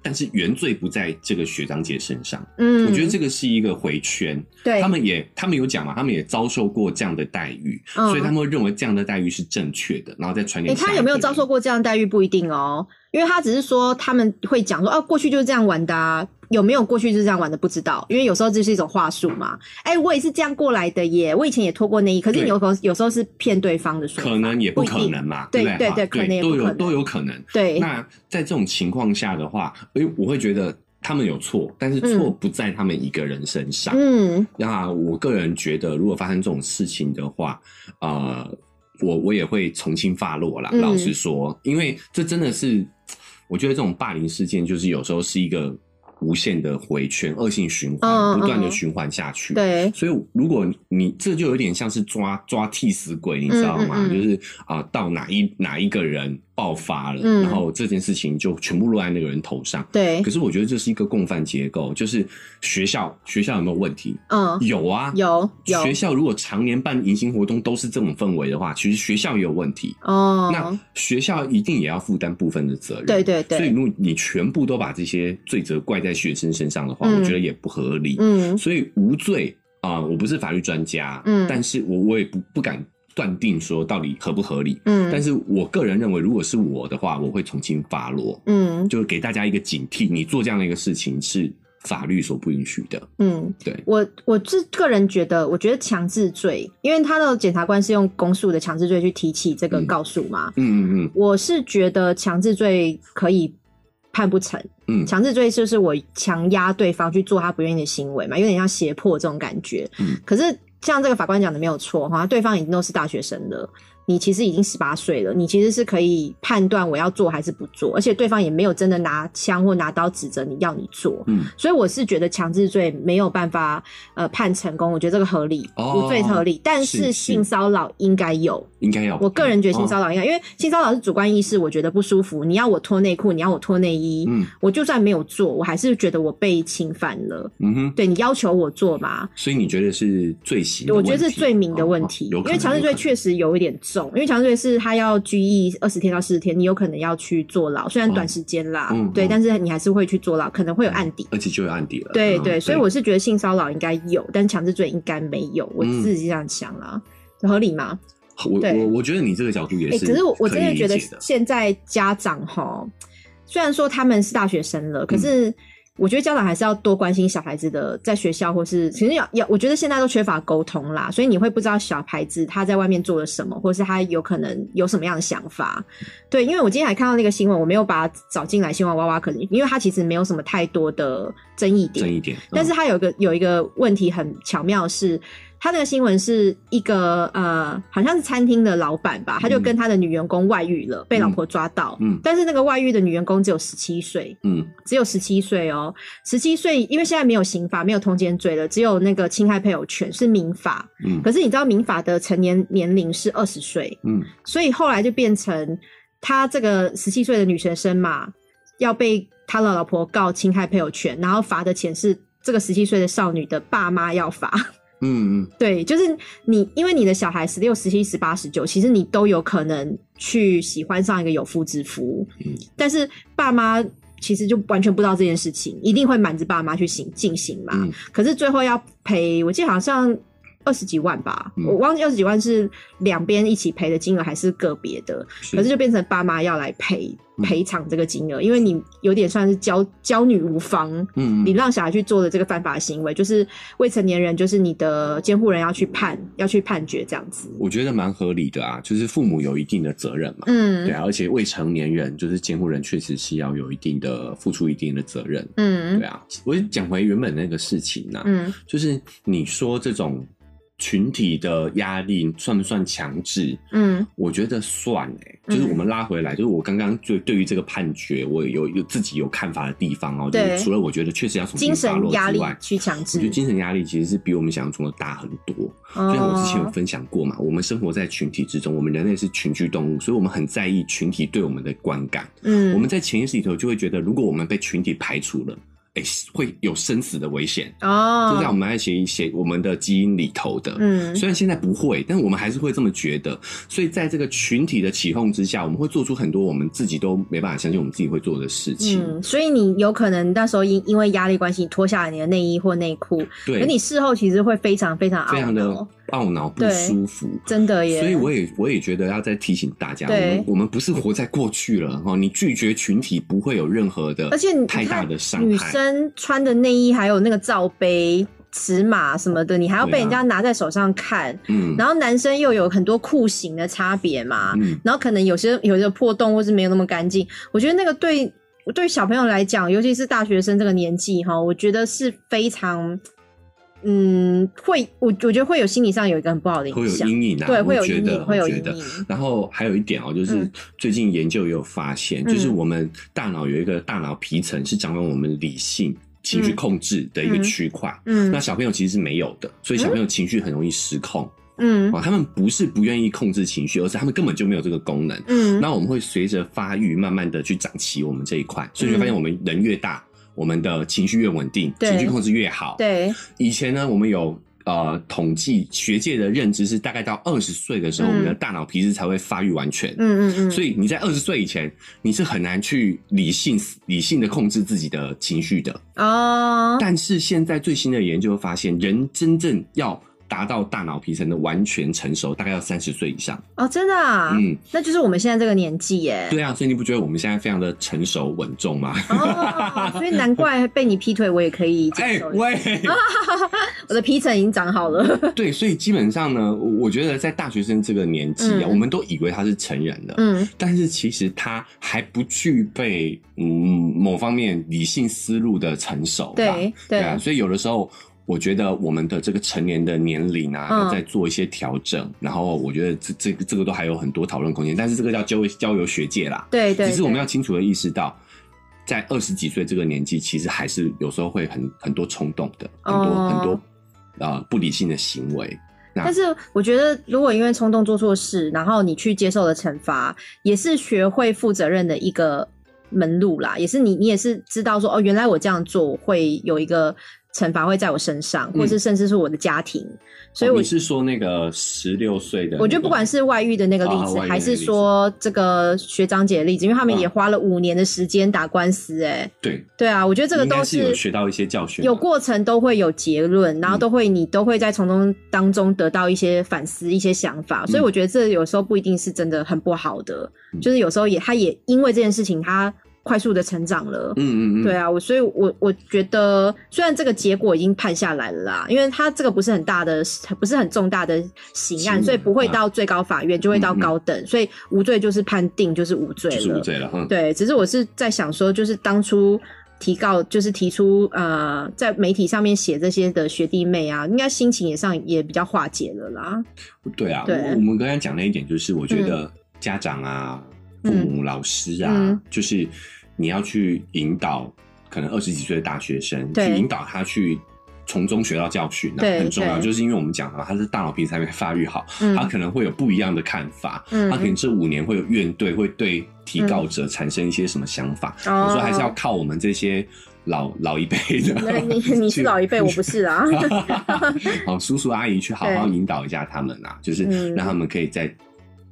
Speaker 2: 但是原罪不在这个学长姐身上。
Speaker 1: 嗯
Speaker 2: 我觉得这个是一个回圈，
Speaker 1: 对
Speaker 2: 他们也他们有讲嘛，他们也遭受过这样的待遇，
Speaker 1: 嗯
Speaker 2: 所以他们会认为这样的待遇是正确的，然后再传给
Speaker 1: 诶，
Speaker 2: 下
Speaker 1: 他
Speaker 2: 一
Speaker 1: 有没有
Speaker 2: 个
Speaker 1: 遭
Speaker 2: 人
Speaker 1: 受过这样待遇不一定哦，因为他只是说他们会讲说，哦、过去就是这样玩的、啊，有没有过去就是这样玩的不知道，因为有时候这是一种话术嘛。哎、我也是这样过来的耶，我以前也脱过内衣，可是
Speaker 2: 对
Speaker 1: 你有时候有时候是骗对方的说法，
Speaker 2: 可能也不
Speaker 1: 不一
Speaker 2: 可
Speaker 1: 定
Speaker 2: 能嘛，
Speaker 1: 对
Speaker 2: 不对
Speaker 1: 对
Speaker 2: 哈
Speaker 1: 对可能也不
Speaker 2: 都
Speaker 1: 可
Speaker 2: 有
Speaker 1: 能
Speaker 2: 都有可能。
Speaker 1: 对，
Speaker 2: 那在这种情况下的话，诶，我会觉得他们有错，但是错不在他们一个人身上。
Speaker 1: 嗯
Speaker 2: 那我个人觉得，如果发生这种事情的话，呃，我我也会从轻发落啦。
Speaker 1: 嗯
Speaker 2: 老实说，因为这真的是，我觉得这种霸凌事件就是有时候是一个无限的回圈、恶性循
Speaker 1: 嗯
Speaker 2: 环，不断的
Speaker 1: 嗯
Speaker 2: 循环下去。
Speaker 1: 对，
Speaker 2: 所以，如果你这就有点像是抓抓替死鬼，你知道吗？
Speaker 1: 嗯嗯嗯
Speaker 2: 就是啊、到哪一哪一个人爆发了，
Speaker 1: 嗯
Speaker 2: 然后这件事情就全部落在那个人头上。
Speaker 1: 对
Speaker 2: 可，是我觉得这是一个共犯结构，就是学校学校有没有问题？
Speaker 1: 嗯，
Speaker 2: 有啊，
Speaker 1: 有有
Speaker 2: 学校如果常年办迎新活动都是这种氛围的话，其实学校也有问题。那
Speaker 1: 哦，
Speaker 2: 学校一定也要负担部分的责任。
Speaker 1: 对对
Speaker 2: 所以
Speaker 1: 对，
Speaker 2: 如果你全部都把这些罪责怪在学生身上的话，
Speaker 1: 嗯
Speaker 2: 我觉得也不合理。
Speaker 1: 嗯
Speaker 2: 所以无罪啊、我不是法律专家，
Speaker 1: 嗯
Speaker 2: 但是我我也不不敢断定说到底合不合理。但
Speaker 1: 嗯
Speaker 2: 是我个人认为，如果是我的话，我会从轻发落，
Speaker 1: 嗯
Speaker 2: 就是给大家一个警惕，你做这样的一个事情是法律所不允许的。
Speaker 1: 嗯，
Speaker 2: 对，
Speaker 1: 我我是个人觉得，我觉得强制罪，因为他的检察官是用公诉的强制罪去提起这个
Speaker 2: 嗯
Speaker 1: 告诉嘛，
Speaker 2: 嗯嗯
Speaker 1: 我是觉得强制罪可以判不成，
Speaker 2: 嗯
Speaker 1: 强制罪就是我强压对方去做他不愿意的行为嘛，有点像胁迫这种感觉。
Speaker 2: 嗯
Speaker 1: 可是像这个法官讲的没有错哈，对方已经都是大学生了，你其实已经十八岁了，你其实是可以判断我要做还是不做，而且对方也没有真的拿枪或拿刀指着你要你做，
Speaker 2: 嗯，
Speaker 1: 所以我是觉得强制罪没有办法呃判成功，我觉得这个合理，
Speaker 2: 哦
Speaker 1: 无罪合理，但
Speaker 2: 是
Speaker 1: 是性骚扰应该有，
Speaker 2: 应该要。
Speaker 1: 我个人觉得性
Speaker 2: 扰，
Speaker 1: 骚扰应该，因为性骚扰是主观意识，我觉得不舒服，你要我脱内裤，你要我脱内衣，
Speaker 2: 嗯
Speaker 1: 我就算没有做，我还是觉得我被侵犯了，
Speaker 2: 嗯哼，
Speaker 1: 对你要求我做嘛，
Speaker 2: 所以你觉得是罪行的
Speaker 1: 我
Speaker 2: 问题？
Speaker 1: 觉得是罪名的问
Speaker 2: 哦
Speaker 1: 题，
Speaker 2: 有
Speaker 1: 因
Speaker 2: 可能
Speaker 1: 为强制罪确实有一点重，因为强制罪是他要拘役二十天到四十天，你有可能要去坐牢，虽然短时间啦，
Speaker 2: 嗯嗯
Speaker 1: 对，
Speaker 2: 嗯
Speaker 1: 但是你还是会去坐牢，可能会有案底。
Speaker 2: 而且就有案底了。
Speaker 1: 对
Speaker 2: 嗯
Speaker 1: 对，所以我是觉得性骚扰应该有，但强制罪应该没有，我
Speaker 2: 嗯
Speaker 1: 自己这样想啦，合理吗？
Speaker 2: 我
Speaker 1: 对
Speaker 2: 我我觉得你这个角度也
Speaker 1: 哎、
Speaker 2: 是，
Speaker 1: 可是我我真
Speaker 2: 的
Speaker 1: 的觉得
Speaker 2: 的
Speaker 1: 现在家长哈，虽然说他们是大学生了，可是我觉得家长还是要多关心小孩子的在学校或是其实要要，我觉得现在都缺乏沟通啦，所以你会不知道小孩子他在外面做了什么，或是他有可能有什么样的想法。对，因为我今天还看到那个新闻，我没有把它找进来新闻娃娃，可能因为他其实没有什么太多的争议点
Speaker 2: 正，一点，嗯
Speaker 1: 但是他有一个有一个问题很巧妙是，他那个新闻是一个呃，好像是餐厅的老板吧，他就跟他的女员工外遇了，被老婆抓到。
Speaker 2: 嗯
Speaker 1: 但是那个外遇的女员工只有十七岁，
Speaker 2: 嗯
Speaker 1: 只有十七岁哦，十七岁，因为现在没有刑法，没有通奸罪了，只有那个侵害配偶权是民法。
Speaker 2: 嗯
Speaker 1: 可是你知道民法的成年年龄是二十岁，
Speaker 2: 嗯
Speaker 1: 所以后来就变成他这个十七岁的女学生嘛，要被他的老婆告侵害配偶权，然后罚的钱是这个十七岁的少女的爸妈要罚。
Speaker 2: 嗯嗯，
Speaker 1: 对，就是你，因为你的小孩十六、十七、十八、十九，其实你都有可能去喜欢上一个有夫之妇，
Speaker 2: 嗯
Speaker 1: 但是爸妈。其实就完全不知道这件事情，一定会瞒着爸妈去行进行嘛。
Speaker 2: 嗯
Speaker 1: 可是最后要赔，我记得好像二十几万吧，
Speaker 2: 嗯
Speaker 1: 我忘记二十几万是两边一起赔的金额还是个别的。
Speaker 2: 是
Speaker 1: 可是就变成爸妈要来赔
Speaker 2: 嗯
Speaker 1: 赔偿这个金额，因为你有点算是教教女无方，
Speaker 2: 嗯
Speaker 1: 你
Speaker 2: 嗯
Speaker 1: 让小孩去做的这个犯法行为，就是未成年人，就是你的监护人要去判，要去判决这样子。
Speaker 2: 我觉得蛮合理的啊，就是父母有一定的责任嘛。对
Speaker 1: 嗯
Speaker 2: 啊，而且未成年人就是监护人，确实是要有一定的付出一定的责任。对
Speaker 1: 嗯
Speaker 2: 啊，我讲回原本那个事情啊呢、
Speaker 1: 嗯，
Speaker 2: 就是你说这种群体的压力算不算强制？
Speaker 1: 嗯
Speaker 2: 我觉得算诶、就是我们拉回来，就是我刚刚对对于这个判决，我有有自己有看法的地方哦、就是
Speaker 1: 对
Speaker 2: 除了我觉得确实要从
Speaker 1: 精
Speaker 2: 民法
Speaker 1: 神
Speaker 2: 落
Speaker 1: 压
Speaker 2: 之
Speaker 1: 力
Speaker 2: 外，
Speaker 1: 去强
Speaker 2: 我
Speaker 1: 制
Speaker 2: 觉得。精神压力其实是比我们想象中的大很多。就像我之前有
Speaker 1: 哦，
Speaker 2: 分享过嘛，我们生活在群体之中，我们人类是群居动物，所以我们很在意群体对我们的观感。
Speaker 1: 嗯，
Speaker 2: 我们在潜意识里头就会觉得，如果我们被群体排除了，哎、会有生死的危险。这在我
Speaker 1: 哦，
Speaker 2: 们爱写写我们的基因里头的。
Speaker 1: 嗯
Speaker 2: 虽然现在不会，但我们还是会这么觉得。所以在这个群体的起哄之下，我们会做出很多我们自己都没办法相信我们自己会做的事情。
Speaker 1: 嗯，所以你有可能那时候因因为压力关系，你脱下了你的内衣或内裤，可
Speaker 2: 对，
Speaker 1: 你事后其实会非常非常
Speaker 2: 非
Speaker 1: 懊
Speaker 2: 常的
Speaker 1: 恼，
Speaker 2: 懊恼不
Speaker 1: 对
Speaker 2: 舒服。
Speaker 1: 真的耶。
Speaker 2: 所以我也我也觉得要再提醒大家，我
Speaker 1: 对
Speaker 2: 们我们不是活在过去了哈，你拒绝群体不会有任何的，
Speaker 1: 而且你
Speaker 2: 太
Speaker 1: 看
Speaker 2: 大的伤
Speaker 1: 女
Speaker 2: 害。
Speaker 1: 生穿的内衣还有那个罩杯、尺码什么的，你还要
Speaker 2: 对啊
Speaker 1: 被人家拿在手上看。
Speaker 2: 嗯
Speaker 1: 然后男生又有很多裤型的差别嘛，
Speaker 2: 嗯，
Speaker 1: 然后可能有些有些破洞或是没有那么干净。我觉得那个对对小朋友来讲，尤其是大学生这个年纪哈，我觉得是非常。嗯，会我我觉得会有心理上有一个很不好的
Speaker 2: 会
Speaker 1: 影
Speaker 2: 有
Speaker 1: 响，
Speaker 2: 阴影啊，
Speaker 1: 对，
Speaker 2: 我
Speaker 1: 会有
Speaker 2: 觉
Speaker 1: 阴
Speaker 2: 得
Speaker 1: 影，会有
Speaker 2: 我
Speaker 1: 阴
Speaker 2: 觉得
Speaker 1: 影。
Speaker 2: 然后还有一点哦、就是
Speaker 1: 嗯
Speaker 2: 最近研究也有发现，
Speaker 1: 嗯
Speaker 2: 就是我们大脑有一个大脑皮层是掌管我们理性情绪
Speaker 1: 嗯
Speaker 2: 控制的一个
Speaker 1: 嗯
Speaker 2: 区块。那
Speaker 1: 嗯
Speaker 2: 小朋友其实是没有的，所以小朋友情绪很容易失控
Speaker 1: 嗯
Speaker 2: 啊。他们不是不愿意控制情绪，而是他们根本就没有这个功能。
Speaker 1: 嗯，
Speaker 2: 那我们会随着发育，慢慢的去长齐我们这一块，所以你会发现我们人越大，我们的情绪越稳定，
Speaker 1: 嗯对
Speaker 2: 情绪控制越好。，
Speaker 1: 对，
Speaker 2: 以前呢，我们有呃统计学界的认知是，大概到二十岁的时候，
Speaker 1: 嗯
Speaker 2: 我们的大脑皮质才会发育完全。
Speaker 1: 嗯嗯嗯，
Speaker 2: 所以你在二十岁以前，你是很难去理性理性的控制自己的情绪的。
Speaker 1: 哦，
Speaker 2: 但是现在最新的研究发现，人真正要达到大脑皮层的完全成熟，大概要三十岁以上。
Speaker 1: 哦，真的啊，
Speaker 2: 嗯，
Speaker 1: 那就是我们现在这个年纪耶。
Speaker 2: 对啊，所以你不觉得我们现在非常的成熟稳 重吗？
Speaker 1: 哦，所以难怪被你劈腿，我也可以接
Speaker 2: 哎、
Speaker 1: 受。
Speaker 2: 喂，
Speaker 1: 我的皮层已经长好了。
Speaker 2: 对，所以基本上呢，我我觉得在大学生这个年纪啊，
Speaker 1: 嗯
Speaker 2: 我们都以为他是成人了，
Speaker 1: 嗯
Speaker 2: 但是其实他还不具备嗯某方面理性思路的成熟吧，
Speaker 1: 对
Speaker 2: 啊，
Speaker 1: 对
Speaker 2: 所以有的时候。我觉得我们的这个成年的年龄啊，
Speaker 1: 嗯
Speaker 2: 要再做一些调整。然后我觉得这这个这个都还有很多讨论空间，但是这个要交交由学界啦。
Speaker 1: 对对，
Speaker 2: 只是我们
Speaker 1: 对
Speaker 2: 要清楚的意识到，在二十几岁这个年纪，其实还是有时候会很很多冲动的，很多、
Speaker 1: 哦
Speaker 2: 很多呃不理性的行为。
Speaker 1: 但是我觉得，如果因为冲动做错事，然后你去接受了惩罚，也是学会负责任的一个门路啦。也是你，你也是知道说，哦，原来我这样做会有一个惩罚会在我身上，或是甚至是我的家庭。所以
Speaker 2: 嗯哦
Speaker 1: 我
Speaker 2: 你是说那个十六岁的那个、
Speaker 1: 我觉得不管是外遇的那个例
Speaker 2: 啊
Speaker 1: 子，
Speaker 2: 外遇
Speaker 1: 还
Speaker 2: 那个
Speaker 1: 是
Speaker 2: 例子
Speaker 1: 说这个学长姐的例子，因为他们
Speaker 2: 嗯
Speaker 1: 也花了五年的时间打官司、欸，哎，
Speaker 2: 对，
Speaker 1: 对啊，我觉得这个
Speaker 2: 应该
Speaker 1: 都
Speaker 2: 是有学到一些教训的
Speaker 1: 有过程都会有结论，
Speaker 2: 嗯
Speaker 1: 然后都会、你都会在从中当中得到一些反思、一些想法，所以我觉得这有时候不一定是真的很不好的，
Speaker 2: 嗯
Speaker 1: 就是有时候也他也因为这件事情他快速的成长了。
Speaker 2: 嗯嗯嗯，
Speaker 1: 对啊，我所以我，我觉得虽然这个结果已经判下来了啦，因为他这个不是很大的，不是很重大的刑
Speaker 2: 刑
Speaker 1: 案，
Speaker 2: 案
Speaker 1: 所以不会到最高法院，就会到
Speaker 2: 嗯嗯
Speaker 1: 高等，所以无罪就是判定就是无罪了，
Speaker 2: 就是无罪了，嗯，
Speaker 1: 对，只是我是在想说，就是当初提告，就是提出呃，在媒体上面写这些的学弟妹啊，应该心情也上也比较化解了啦。
Speaker 2: 对啊，
Speaker 1: 对
Speaker 2: 我我们刚才讲那一点，就是我觉得家长啊、
Speaker 1: 嗯
Speaker 2: 父母、老师啊，
Speaker 1: 嗯
Speaker 2: 就是你要去引导可能二十几岁的大学生，
Speaker 1: 对
Speaker 2: 去引导他去从中学到教训、啊，
Speaker 1: 对
Speaker 2: 很重要。
Speaker 1: 对
Speaker 2: 就是因为我们讲了嘛，他是大脑皮层还没发育好，
Speaker 1: 嗯
Speaker 2: 他可能会有不一样的看法，
Speaker 1: 嗯
Speaker 2: 他可能这五年会有怨怼，会对提告者产生一些什么想法。我说还是要
Speaker 1: 哦。
Speaker 2: 靠我们这些老老一辈的
Speaker 1: 那你你是
Speaker 2: 去
Speaker 1: 老一辈，我不是啊。
Speaker 2: 好，叔叔阿姨去好好引导一下他们啊，就是
Speaker 1: 嗯
Speaker 2: 让他们可以在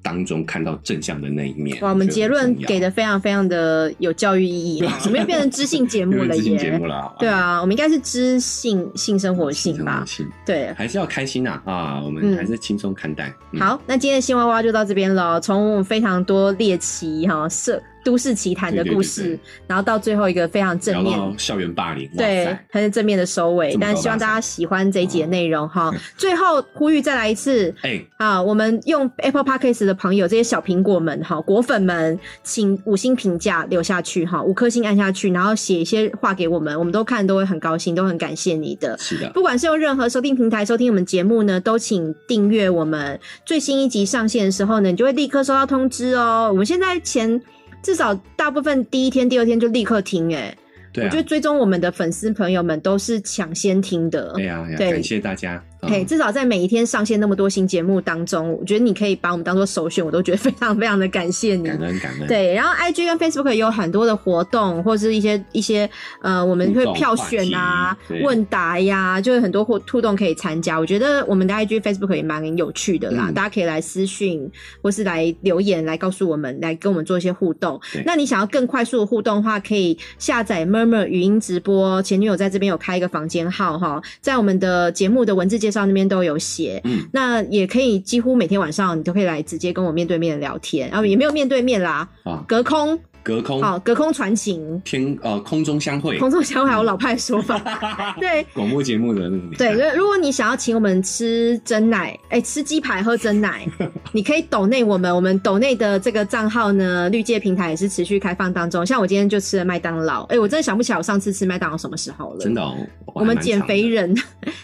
Speaker 2: 当中看到正向的那一面。
Speaker 1: 哇，我们
Speaker 2: 觉
Speaker 1: 结
Speaker 2: 得很
Speaker 1: 论
Speaker 2: 重要
Speaker 1: 给的非常非常的有教育意 义啊，我们又变成知性节
Speaker 2: 因
Speaker 1: 目
Speaker 2: 为
Speaker 1: 了
Speaker 2: 自信节
Speaker 1: 耶
Speaker 2: 目。了，好吧
Speaker 1: 对，啊，我们应该是知性性生活性
Speaker 2: 轻
Speaker 1: 吧
Speaker 2: 松？性
Speaker 1: 对，
Speaker 2: 还是要开心啊啊，我
Speaker 1: 嗯
Speaker 2: 们还是轻松看待。嗯，
Speaker 1: 好，那今天的新娃娃就到这边了。从我们非常多猎奇哈社都市奇谈的
Speaker 2: 对对
Speaker 1: 故
Speaker 2: 对
Speaker 1: 事，
Speaker 2: 对
Speaker 1: 然后到最后一个非常正
Speaker 2: 聊
Speaker 1: 面
Speaker 2: 到校园霸凌，哇
Speaker 1: 对
Speaker 2: 塞，
Speaker 1: 很正面的收尾，
Speaker 2: 这么
Speaker 1: 但
Speaker 2: 高大
Speaker 1: 希望大家
Speaker 2: 上嗯
Speaker 1: 喜欢这一集的内容哈。 最后呼吁再来一次
Speaker 2: 哎，
Speaker 1: 啊，我们用 Apple Podcast 的朋友，这些小苹果们哈，果粉们，请五星评价留下去哈，五颗星按下去，然后写一些话给我们，我们都看都会很高兴，都很感谢你的。
Speaker 2: 是的，
Speaker 1: 不管是用任何收听平台收听我们节目呢，都请订阅我们最新一集上线的时候呢，你就会立刻收到通知哦。我们现在前至少大部分第一天、第二天就立刻听、欸，
Speaker 2: 对
Speaker 1: 我觉得
Speaker 2: 啊，
Speaker 1: 追踪我们的粉丝朋友们都是抢先听的。
Speaker 2: 哎呀哎呀，
Speaker 1: 对
Speaker 2: 感谢大家。嗯
Speaker 1: 嘿，至少在每一天上线那么多新节目当中，我觉得你可以把我们当做首选，我都觉得非常非常的感谢你。
Speaker 2: 感恩感恩，
Speaker 1: 对，然后 IG 跟 Facebook 也有很多的活动，或是一些一些呃，我们会
Speaker 2: 互动
Speaker 1: 票选啊
Speaker 2: 话题、对
Speaker 1: 问答呀，就是很多互互动可以参加。我觉得我们的 IG、Facebook 也蛮有趣的啦，
Speaker 2: 嗯
Speaker 1: 大家可以来私讯或是来留言来告诉我们，来跟我们做一些互动
Speaker 2: 对。
Speaker 1: 那你想要更快速的互动的话，可以下载 Murmur 语音直播，前女友在这边有开一个房间号哈，在我们的节目的文字介绍那边都有写。
Speaker 2: 嗯，
Speaker 1: 那也可以，几乎每天晚上你都可以来直接跟我面对面地聊天，然后也没有面对面啦，
Speaker 2: 啊，
Speaker 1: 隔空
Speaker 2: 隔空
Speaker 1: 哦，隔空传情，
Speaker 2: 天呃空中相会，
Speaker 1: 空中相会，我老派的说法。 对
Speaker 2: 广播节目的那个年
Speaker 1: 对，
Speaker 2: 代，
Speaker 1: 如如果你想要请我们吃真奶，哎、吃鸡排喝真 奶，你可以抖内我们，我们抖内的这个账号呢，绿界平台也是持续开放当中。像我今天就吃了麦当劳，哎、我真的想不起来我上次吃麦当劳什么时候了。
Speaker 2: 真的哦，
Speaker 1: 我们
Speaker 2: 还蛮
Speaker 1: 减
Speaker 2: 长
Speaker 1: 肥
Speaker 2: 的哦
Speaker 1: 人，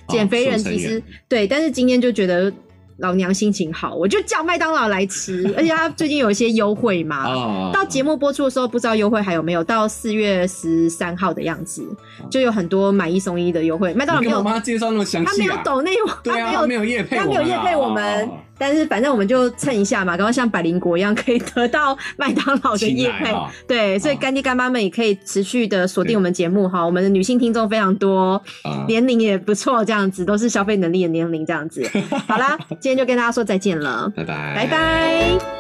Speaker 1: 减肥人
Speaker 2: 瘦身
Speaker 1: 其实
Speaker 2: 人
Speaker 1: 对，但是今天就觉得老娘心情好，我就叫麦当劳来吃， 而且它最近有一些优惠嘛。
Speaker 2: 啊，
Speaker 1: 到节
Speaker 2: 目
Speaker 1: 目播出的时候，不知道优惠还有没有？到四月十三号的样子，
Speaker 2: 哦
Speaker 1: 就有很多买一送一的优惠。麦当劳没
Speaker 2: 跟我
Speaker 1: 有，
Speaker 2: 妈介绍那么详
Speaker 1: 他没
Speaker 2: 细
Speaker 1: 有
Speaker 2: 啊，
Speaker 1: 抖内我，
Speaker 2: 对啊，
Speaker 1: 他
Speaker 2: 他
Speaker 1: 没
Speaker 2: 没
Speaker 1: 有。
Speaker 2: 有业配，
Speaker 1: 他没有业配我
Speaker 2: 啊
Speaker 1: 们
Speaker 2: 哦哦，
Speaker 1: 但是反正我们就蹭一下嘛，赶快像百灵果一样，可以得到麦当劳的
Speaker 2: 青
Speaker 1: 业
Speaker 2: 睐
Speaker 1: 配。
Speaker 2: 啊
Speaker 1: 对，所以
Speaker 2: 啊
Speaker 1: 干爹干妈们也可以持续的锁定
Speaker 2: 对
Speaker 1: 我们节
Speaker 2: 哦
Speaker 1: 目哈，我们的女性听众非常多，
Speaker 2: 啊，
Speaker 1: 年龄也不错，这样子都 是消费能力的年龄这样子。好啦，今天就跟大家说再见了，
Speaker 2: 拜拜，
Speaker 1: 拜拜。